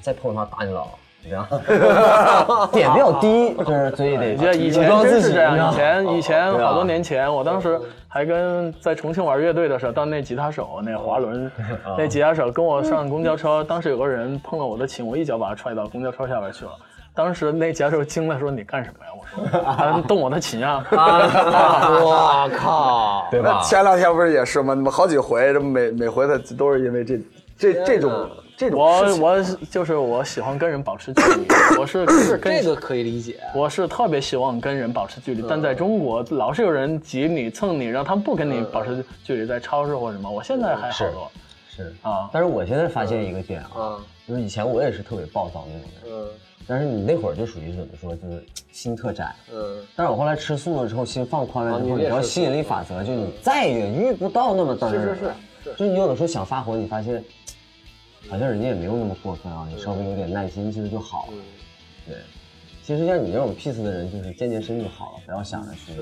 [SPEAKER 3] 再碰他打你了，你知道吗？ <laughs> 点比较低，就是所以得
[SPEAKER 5] 觉得以前
[SPEAKER 3] 武装
[SPEAKER 5] 真
[SPEAKER 3] 啊自己
[SPEAKER 5] 是这样，以
[SPEAKER 3] 你知道吗
[SPEAKER 5] 前以前
[SPEAKER 3] 对啊
[SPEAKER 5] 好多年前，我当时还跟在重庆玩乐队的时候，当那吉他手那滑
[SPEAKER 3] <laughs>
[SPEAKER 5] 轮，
[SPEAKER 3] 啊
[SPEAKER 5] 那吉他手跟我上公交车，当时有个人碰了我的琴，我一脚把他踹到公交车下边去了。当时那吉他手惊了，说：“你干什么呀？”我说：“
[SPEAKER 3] <laughs>
[SPEAKER 5] 他动我的琴啊！” <laughs>
[SPEAKER 2] 我靠！
[SPEAKER 3] 对
[SPEAKER 4] 那
[SPEAKER 3] 吧？
[SPEAKER 4] 前两天不是也是吗？你们好几回，这每每回他都是因为这这这种这种事
[SPEAKER 5] 我
[SPEAKER 4] 情。
[SPEAKER 5] 我就是我喜欢跟人保持距离，我是是跟
[SPEAKER 2] 这个可以理解，
[SPEAKER 5] 我是特别希望跟人保持距离，但在中国老是有人挤你蹭你，让他们不跟你保持距离，在超市或什么。我现在还好多
[SPEAKER 3] 是
[SPEAKER 5] 啊，
[SPEAKER 3] 但是我现在发现一个点啊
[SPEAKER 2] 嗯，
[SPEAKER 3] 就是以前我也是特别暴躁那种人，
[SPEAKER 2] 嗯
[SPEAKER 3] 但是你那会儿就属于怎么说，就是心特窄。
[SPEAKER 2] 嗯，
[SPEAKER 3] 但是我后来吃素了之后，心放宽了之
[SPEAKER 2] 啊
[SPEAKER 3] 后，
[SPEAKER 2] 你
[SPEAKER 3] 哦你
[SPEAKER 2] 也
[SPEAKER 3] 知道
[SPEAKER 2] 是
[SPEAKER 3] 吸引力法则，就是你再也遇不到那么当然的人。是是就是你有的时候想发火，你发现好像人家也没有那么过分啊，你稍微有点耐心，其实就好
[SPEAKER 2] 嗯
[SPEAKER 3] 了。对，其实像你这种 peace 的人，就是健健身就好了，不要想着去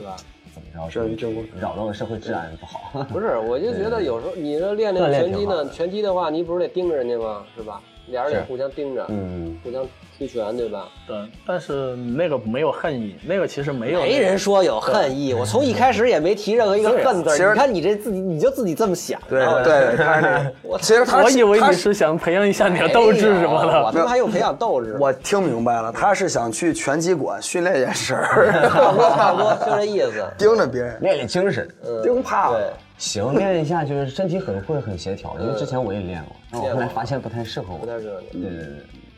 [SPEAKER 3] 怎么着，扰乱了社会治安不好。
[SPEAKER 2] 不是，我就觉得有时候你这练那个拳击呢，拳击的话，你不是得盯着人家吗？是吧？俩人得互相盯着，
[SPEAKER 3] <laughs> 嗯，
[SPEAKER 2] 互相推拳，对吧？
[SPEAKER 5] 对，但是那个没有恨意，那个其实没有。
[SPEAKER 2] 没人说有恨意，我从一开始也没提任何一个恨字儿。
[SPEAKER 4] 其实
[SPEAKER 2] 你看你这自己，你就自己这么想的。
[SPEAKER 4] 对对，他是那个。其实他
[SPEAKER 5] 我以为
[SPEAKER 4] 他
[SPEAKER 5] 你是想培养一下你的斗志什么
[SPEAKER 2] 哎呦我
[SPEAKER 5] 的。
[SPEAKER 2] 他妈还有培养斗志，
[SPEAKER 4] 我听明白了，他是想去拳击馆训练眼神儿， <laughs>
[SPEAKER 2] 差不多差不多就这意思。
[SPEAKER 4] 盯着别人，
[SPEAKER 3] 练练精神。
[SPEAKER 4] 盯怕
[SPEAKER 2] 对
[SPEAKER 4] 了。
[SPEAKER 3] 行，练一下就是身体很会很协调，因为之前我也练过，但我后来发现不太适合我
[SPEAKER 2] 不。太适合你，
[SPEAKER 3] 对对对。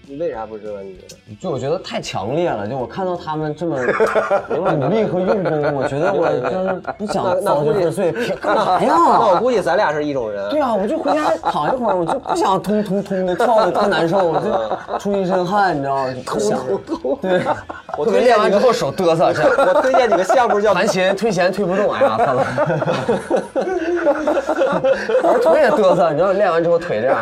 [SPEAKER 2] 你为啥不适合你觉得？
[SPEAKER 3] 就我觉得太强烈了，就我看到他们这么 <laughs> 努力和用功，我觉得我就是不
[SPEAKER 2] 那
[SPEAKER 3] 想
[SPEAKER 2] 那
[SPEAKER 3] 遭
[SPEAKER 2] 估
[SPEAKER 3] 这
[SPEAKER 2] 计 <laughs>
[SPEAKER 3] 份罪，干嘛
[SPEAKER 2] 那我
[SPEAKER 3] 呀？
[SPEAKER 2] 估计咱俩是一种人。
[SPEAKER 3] 对啊，我就回家躺一会儿，我就不想通通通的跳的特难受，我
[SPEAKER 2] 嗯
[SPEAKER 3] 就出一身汗，你知道吗？就不想。对，
[SPEAKER 2] 我
[SPEAKER 3] 特
[SPEAKER 2] 推
[SPEAKER 3] 别练
[SPEAKER 2] 荐
[SPEAKER 3] 完
[SPEAKER 2] 你
[SPEAKER 3] 之
[SPEAKER 2] 个，
[SPEAKER 3] 后手嘚瑟，这
[SPEAKER 2] 我推荐你个项目
[SPEAKER 3] <laughs>
[SPEAKER 2] 叫
[SPEAKER 3] 弹琴推弦推不动，哎呀，操！
[SPEAKER 2] <laughs>
[SPEAKER 3] 我腿也嘚瑟，你知道练完之后腿这样，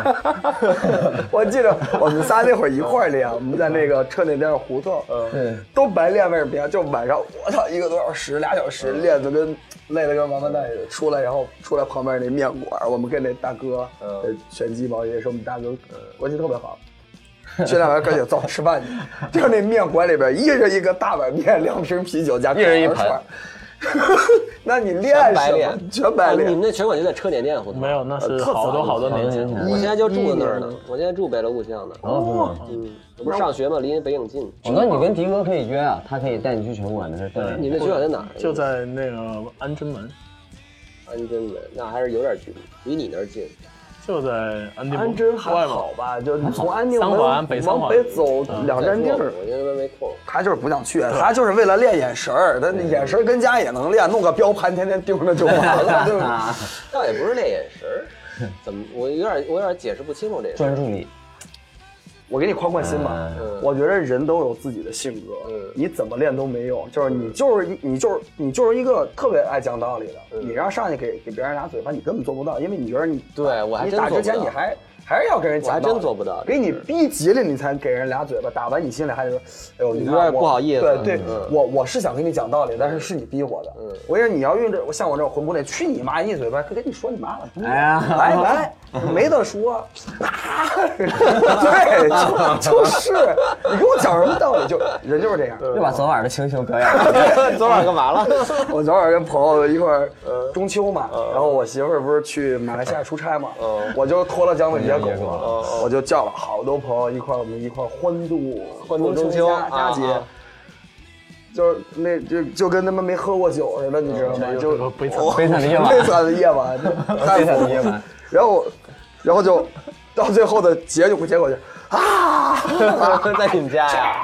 [SPEAKER 4] <laughs> 我记得我们仨那会儿一块儿练，我们在那个车那边胡同，嗯，都白练为什么呀？就晚上我操一个多小时俩小时练的跟累的跟王八蛋似的，出来然后出来旁边那面馆儿，我们跟那大哥，呃，拳击嘛也是我们大哥，关系特别好。训练完赶紧走吃饭去，就是那面馆里边一人一个大碗面，两瓶啤酒加一
[SPEAKER 3] 人一
[SPEAKER 4] 盘儿。 <laughs> 那你练什
[SPEAKER 2] 全
[SPEAKER 4] 么？
[SPEAKER 2] 白脸，
[SPEAKER 4] 全白
[SPEAKER 2] 啊
[SPEAKER 4] 脸
[SPEAKER 2] 你们。那拳馆就在车碾店胡同。
[SPEAKER 5] <laughs> 没有，那是好多好多年前。
[SPEAKER 2] 我现在就住在那儿呢，我现在住北锣鼓巷呢。
[SPEAKER 3] 哦，
[SPEAKER 2] 嗯，我不是上学吗？离北影近。
[SPEAKER 3] 我说你跟迪哥可以约啊，他可以带你去拳馆的事，带
[SPEAKER 2] 你那学校在哪儿？啊
[SPEAKER 5] 就在那个安贞门，
[SPEAKER 2] 安贞门，那还是有点距离，离你那儿近。
[SPEAKER 5] 就在安定门
[SPEAKER 4] 安贞还
[SPEAKER 5] 外嘛。
[SPEAKER 4] 好吧，就你从安定
[SPEAKER 5] 三
[SPEAKER 4] 门
[SPEAKER 5] 环北三环嗯
[SPEAKER 4] 往北走两站地儿。
[SPEAKER 2] 我现在没空。
[SPEAKER 4] 他就是不想去，他就是为了练眼神儿，他眼神儿跟家也能练，弄个标盘天天盯着就完
[SPEAKER 5] <laughs>
[SPEAKER 4] 了，对吧？
[SPEAKER 2] 倒也不是练眼神儿，怎么？我有点，我有点解释不清楚这事。
[SPEAKER 3] 专注力。
[SPEAKER 4] 我给你宽宽心吧，
[SPEAKER 5] 嗯
[SPEAKER 4] 我觉得人都有自己的性格，你怎么练都没用，就是你就是一你就是你就是一个特别爱讲
[SPEAKER 5] 嗯
[SPEAKER 4] 道理的，你让上去给给别人俩嘴巴，你根本做不到，因为你觉得你
[SPEAKER 2] 对我还
[SPEAKER 4] 你
[SPEAKER 2] 真
[SPEAKER 4] 打
[SPEAKER 2] 做
[SPEAKER 4] 之
[SPEAKER 2] 不到
[SPEAKER 4] 前你还还是要跟人
[SPEAKER 2] 我
[SPEAKER 4] 讲
[SPEAKER 2] 还
[SPEAKER 4] 道理，
[SPEAKER 2] 真做不到嗯
[SPEAKER 4] 给你逼急了，你才给人俩嘴巴，打完你心里还得说，哎呦，你看
[SPEAKER 2] 有点
[SPEAKER 4] 我
[SPEAKER 2] 不好意思
[SPEAKER 4] 对对
[SPEAKER 2] 嗯，
[SPEAKER 4] 我我是想跟你讲道理，但是是你逼我的。我跟你说，你要用这，我像我这种混不类，去你妈一嘴巴，跟你说你妈了，
[SPEAKER 3] 哎呀
[SPEAKER 4] 来来，没得说。啊 <laughs> 对，就就是，你跟我讲什么道理？就人就是这样。
[SPEAKER 3] 又把昨晚的情形表演了。
[SPEAKER 2] 昨晚干嘛了？
[SPEAKER 4] <laughs> 我昨晚跟朋友一块儿
[SPEAKER 2] 嗯
[SPEAKER 4] 中秋嘛，然后我媳妇儿不是去马来西亚出差嘛，
[SPEAKER 2] 嗯
[SPEAKER 4] 我就拖了姜子牙狗
[SPEAKER 3] 嗯
[SPEAKER 4] 嘛，我就叫了好多朋友一块儿，我们一块儿欢度
[SPEAKER 2] 欢度中秋
[SPEAKER 4] 佳
[SPEAKER 2] 啊
[SPEAKER 4] 佳节
[SPEAKER 2] 啊。
[SPEAKER 4] 就是那就就跟他们没喝过酒似的，你知道吗？嗯就
[SPEAKER 5] 个悲惨
[SPEAKER 4] 我
[SPEAKER 3] 悲惨的夜晚
[SPEAKER 4] 悲惨的夜晚， <laughs>
[SPEAKER 3] 悲惨的夜晚。
[SPEAKER 4] 然后，然后就到最后的结果，结果就啊，
[SPEAKER 2] <laughs> 在你们家呀？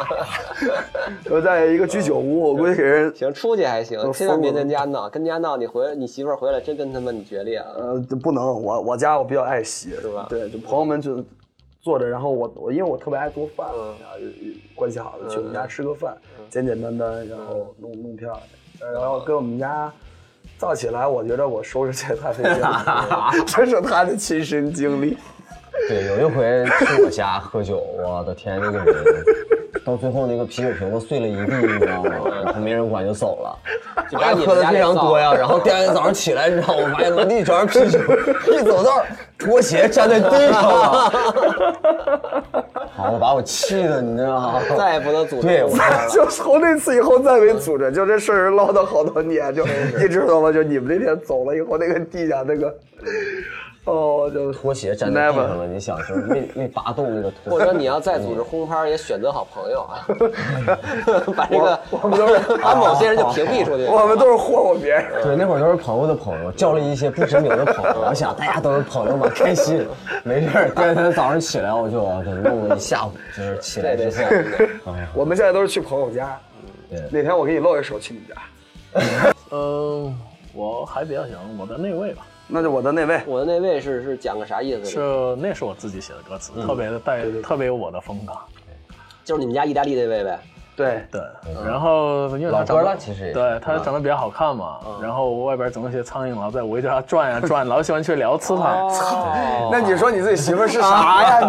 [SPEAKER 4] 我在一个居酒屋，我估计给人
[SPEAKER 2] 行，出去还行，
[SPEAKER 4] 都
[SPEAKER 2] 千万别
[SPEAKER 4] 嗯疯了
[SPEAKER 2] 跟家闹，跟家闹你回你媳妇儿回来真跟他妈你决裂啊！
[SPEAKER 4] 呃，这不能，我我家我比较爱洗，是
[SPEAKER 2] 吧
[SPEAKER 4] 对，就朋友们就坐着，然后我我因为我特别爱做饭，然后就关系好的去我们家吃个饭，简简单单，然后弄弄漂亮，呃然后跟我们家。造起来，我觉得我收拾起来太费劲了，这是他的亲身经历。
[SPEAKER 3] <laughs> 对，有一回去我家喝酒，我的天，那个人到最后那个啤酒瓶子碎了一地，你知道吗？然后没人管就走了。
[SPEAKER 2] 就把你
[SPEAKER 3] 喝
[SPEAKER 2] 们
[SPEAKER 3] 的
[SPEAKER 2] 家
[SPEAKER 3] 非
[SPEAKER 2] 给
[SPEAKER 3] 常
[SPEAKER 2] 造
[SPEAKER 3] 多呀，
[SPEAKER 2] 了。
[SPEAKER 3] 然后第二天早上起来，你知道，我发现满地全是啤酒，一走道拖鞋粘在地上了。 <laughs> 好，我把我气的，你知道吗？
[SPEAKER 2] 再也不能组织
[SPEAKER 3] 对
[SPEAKER 2] 这种事儿了。
[SPEAKER 4] 就从那次以后再没组织，就这事儿唠叨好多年，就一直到了就你们那天走了以后，那个地下那个，哦，就
[SPEAKER 3] 拖鞋粘在地上了，你想就是没没拔动那个拖
[SPEAKER 2] 或
[SPEAKER 3] 鞋
[SPEAKER 2] 者。你要再组织轰趴儿，也选择好朋友
[SPEAKER 4] <laughs>
[SPEAKER 2] 啊，把这个
[SPEAKER 4] 我我们都是
[SPEAKER 2] <laughs>
[SPEAKER 4] 哦
[SPEAKER 2] 把某些人就屏蔽出去。
[SPEAKER 4] 我们都是霍霍别人。
[SPEAKER 3] 对，那会儿都是朋友的朋友，叫了一些不知名的朋
[SPEAKER 2] <laughs>
[SPEAKER 3] 友。我想大家都是朋友嘛，开心，没事儿。第二天早上起来，我就啊给弄了一下午，就是起来之后，哎呀，
[SPEAKER 4] 我们现在都是去朋友家。
[SPEAKER 2] 嗯
[SPEAKER 3] 对
[SPEAKER 4] 哪天我给你露一手去你家，
[SPEAKER 5] 嗯，我还比较喜欢我的内卫吧，
[SPEAKER 4] 那就我的那位。
[SPEAKER 2] 我的那位是是讲个啥意思
[SPEAKER 5] 是
[SPEAKER 2] 呢？
[SPEAKER 5] 那是我自己写的歌词，特别的带，特别有我的风格。
[SPEAKER 2] 就是你们家意大利那位
[SPEAKER 4] <laughs>
[SPEAKER 2] 呗。
[SPEAKER 4] 对，
[SPEAKER 5] 对，然后因为
[SPEAKER 3] 嗯老
[SPEAKER 5] 他
[SPEAKER 3] 歌
[SPEAKER 5] 长
[SPEAKER 3] 了
[SPEAKER 5] 得
[SPEAKER 3] 其实也嗯
[SPEAKER 5] 对他长得比较好看嘛，然后外边总有些苍蝇老在围着他转呀转，老喜欢去聊磁盘。
[SPEAKER 3] 哦
[SPEAKER 2] 哦
[SPEAKER 4] 那你说你自己媳妇儿是啥呀？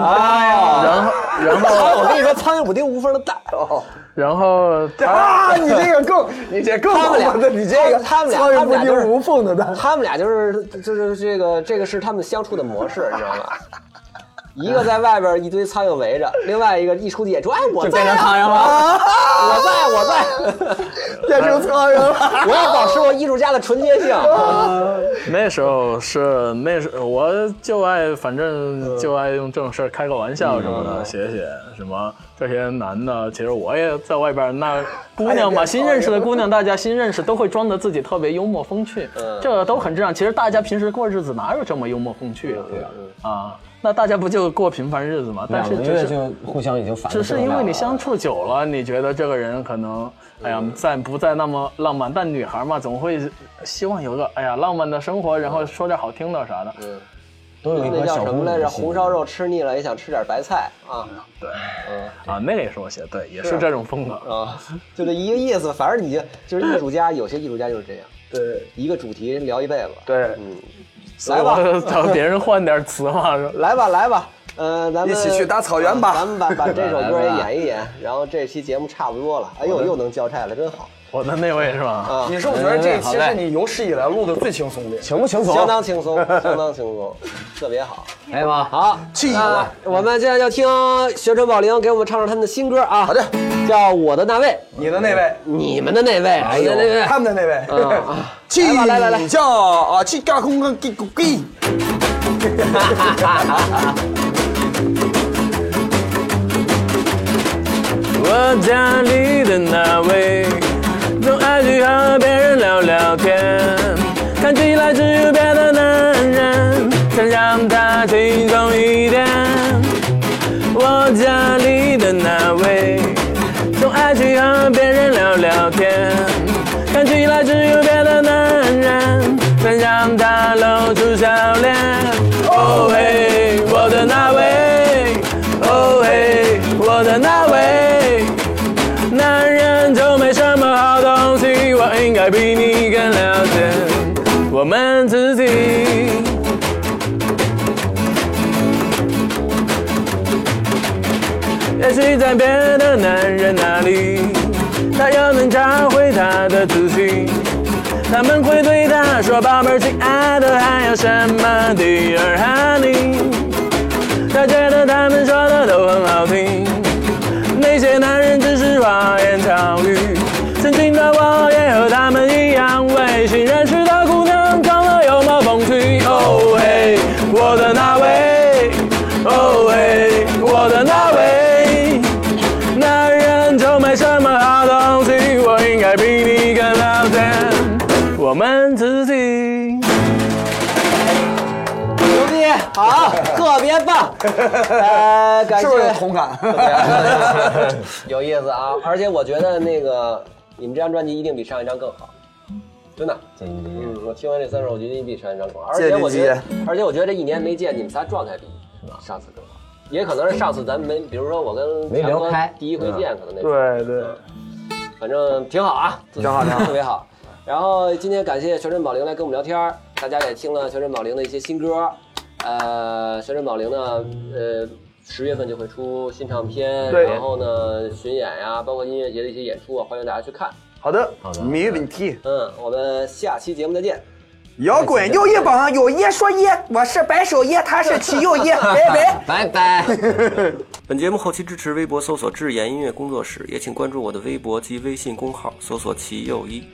[SPEAKER 2] <laughs>
[SPEAKER 4] 你
[SPEAKER 5] 然后，然后，
[SPEAKER 2] 我跟你说，苍蝇不叮无缝的蛋。
[SPEAKER 5] 然后
[SPEAKER 4] 这啊，你这个更，你这更
[SPEAKER 2] 他们俩
[SPEAKER 4] 我的，你这个
[SPEAKER 2] 他们俩
[SPEAKER 4] 苍
[SPEAKER 2] 他
[SPEAKER 4] 蝇
[SPEAKER 2] 们
[SPEAKER 4] 不
[SPEAKER 2] 俩就是
[SPEAKER 4] 叮无缝的蛋。
[SPEAKER 2] 他们俩就是就是这个这个是他们相处的模式，你知道吗？一个在外边一堆苍蝇围着，另外一个一出去演出，哎，我在、啊，苍蝇了，我在，我在，变成苍蝇了， <laughs> 我要保持我艺术家的纯洁 <laughs> 性。
[SPEAKER 5] <laughs> 那时候是那时候我就爱，反正就爱用这种事儿开个玩笑什么的，写写什么这些男的，其实我也在外边儿那姑娘嘛，新认识的姑娘，大家新认识都会装得自己特别幽默风趣，这个都很正常。其实大家平时过日子哪有这么幽默风趣啊？对啊，啊，那大家不就过平凡日子吗？但
[SPEAKER 3] 两
[SPEAKER 5] 是
[SPEAKER 3] 个
[SPEAKER 5] 只
[SPEAKER 3] 月
[SPEAKER 5] 是
[SPEAKER 3] 就互相已经
[SPEAKER 2] 啊
[SPEAKER 3] 反。
[SPEAKER 5] 只是因为你相处久了，你觉得这个人可能，哎呀，再不再那么浪漫，但女孩嘛，总会希望有个哎呀浪漫的生活，然后说点好听的啥
[SPEAKER 2] 嗯
[SPEAKER 5] 的。
[SPEAKER 3] 都有一
[SPEAKER 2] 那叫
[SPEAKER 3] 颗小
[SPEAKER 2] 什
[SPEAKER 3] 公
[SPEAKER 2] 么
[SPEAKER 3] 主
[SPEAKER 2] 来
[SPEAKER 3] 的
[SPEAKER 2] 着？
[SPEAKER 3] 心
[SPEAKER 2] 红烧肉吃腻了也想吃点白菜啊
[SPEAKER 5] 啊，那个也是我写的，对，也是这种风格。
[SPEAKER 2] 啊， <laughs> 就这一个意思。反正你就就是艺术家，有些艺术家就是这样，
[SPEAKER 4] 对
[SPEAKER 2] 一个主题聊一辈子。
[SPEAKER 4] <laughs> 对，
[SPEAKER 2] 嗯来吧
[SPEAKER 5] <laughs> 我找别人换点词嘛，
[SPEAKER 2] 来吧，来吧，呃，咱们
[SPEAKER 4] 一起去大草原吧
[SPEAKER 2] 呃咱们把把这首歌也
[SPEAKER 3] 来吧
[SPEAKER 2] 演一演，然后这期节目差不多了。哎呦，又能交差了，真好，
[SPEAKER 5] 我的那位是吧？
[SPEAKER 4] 你是不是觉得
[SPEAKER 2] 嗯
[SPEAKER 4] 这
[SPEAKER 3] 好
[SPEAKER 4] 期
[SPEAKER 3] 嘞
[SPEAKER 4] 是你有史以来录的最轻松的？
[SPEAKER 3] 情不情
[SPEAKER 2] 相
[SPEAKER 3] 从？
[SPEAKER 2] 当轻松，相当轻松，特别好。
[SPEAKER 3] 哎妈，
[SPEAKER 2] 好，那我们现在就听学者宝林给我们唱唱他们的新歌啊。好的，叫我的那嗯位，
[SPEAKER 4] 你的那位，
[SPEAKER 2] 你们的那位，哎
[SPEAKER 4] 有
[SPEAKER 2] 那位。
[SPEAKER 4] 他们的那位， <laughs> 气
[SPEAKER 2] 来吧来来来
[SPEAKER 4] 叫啊，气嘎空跟叽咕叽。
[SPEAKER 5] 我家里的那位，总爱去和别人聊聊天，看起来是有别的男人，想让他轻松一点。我家里的那位，总爱去和别人聊聊天，看起来是有别的男人，想让他露出笑脸。哦嘿，我的那位，哦嘿，我的那位。男人就没什么好东西，我应该比你更了解我们自己。也许在别的男人那里，他要能找回他的自信，他们会对他说：“宝贝儿，亲爱的，还要什么？Dear honey。”他觉得他们说的都很好听，那些男人只是花言巧语。曾经的我也和他们一样，为新认识的姑娘装了幽默风趣。哦嘿，我的那位，哦嘿，我的那位，男人就没什么好东西，我应该比你更了解我们自己。
[SPEAKER 2] 牛逼，好，特别棒，呃，感
[SPEAKER 4] 是
[SPEAKER 2] 谢
[SPEAKER 4] 不是有同感？
[SPEAKER 2] 有意思啊！而且我觉得那个你们这张专辑一定比上一张更好，真的。
[SPEAKER 3] 建议你
[SPEAKER 2] 嗯，我听完这三首，我觉得一定比上一张更好。而
[SPEAKER 4] 借
[SPEAKER 2] 且
[SPEAKER 4] 力
[SPEAKER 2] 我觉得
[SPEAKER 4] 借，
[SPEAKER 2] 而且我觉得这一年没见，你们仨状态比上次更好。也可能是上次咱们没，比如说我跟
[SPEAKER 3] 没聊
[SPEAKER 2] 强哥
[SPEAKER 3] 开
[SPEAKER 2] 第一回见，可能那种
[SPEAKER 5] 对对，
[SPEAKER 2] 反正挺好啊，挺
[SPEAKER 4] 好挺好
[SPEAKER 2] 特别好。然后今天感谢全真宝玲来跟我们聊天儿，大家也听了全真宝玲的一些新歌，呃，全真宝玲呢，呃，十月份就会出新唱片，
[SPEAKER 5] 对
[SPEAKER 2] 然后呢巡演呀、包括音乐节的一些演出啊，欢迎大家去看。
[SPEAKER 5] 好的，
[SPEAKER 4] 没问题，
[SPEAKER 2] 嗯，我们下期节目再见。
[SPEAKER 4] 摇滚又一榜，有一说一，我是白手一，他是齐
[SPEAKER 2] <laughs>
[SPEAKER 4] 又一，拜拜。
[SPEAKER 3] 拜拜。
[SPEAKER 9] <laughs> 本节目后期支持微博搜索“智妍音乐工作室”，也请关注我的微博及微信公号，搜索“齐又一”。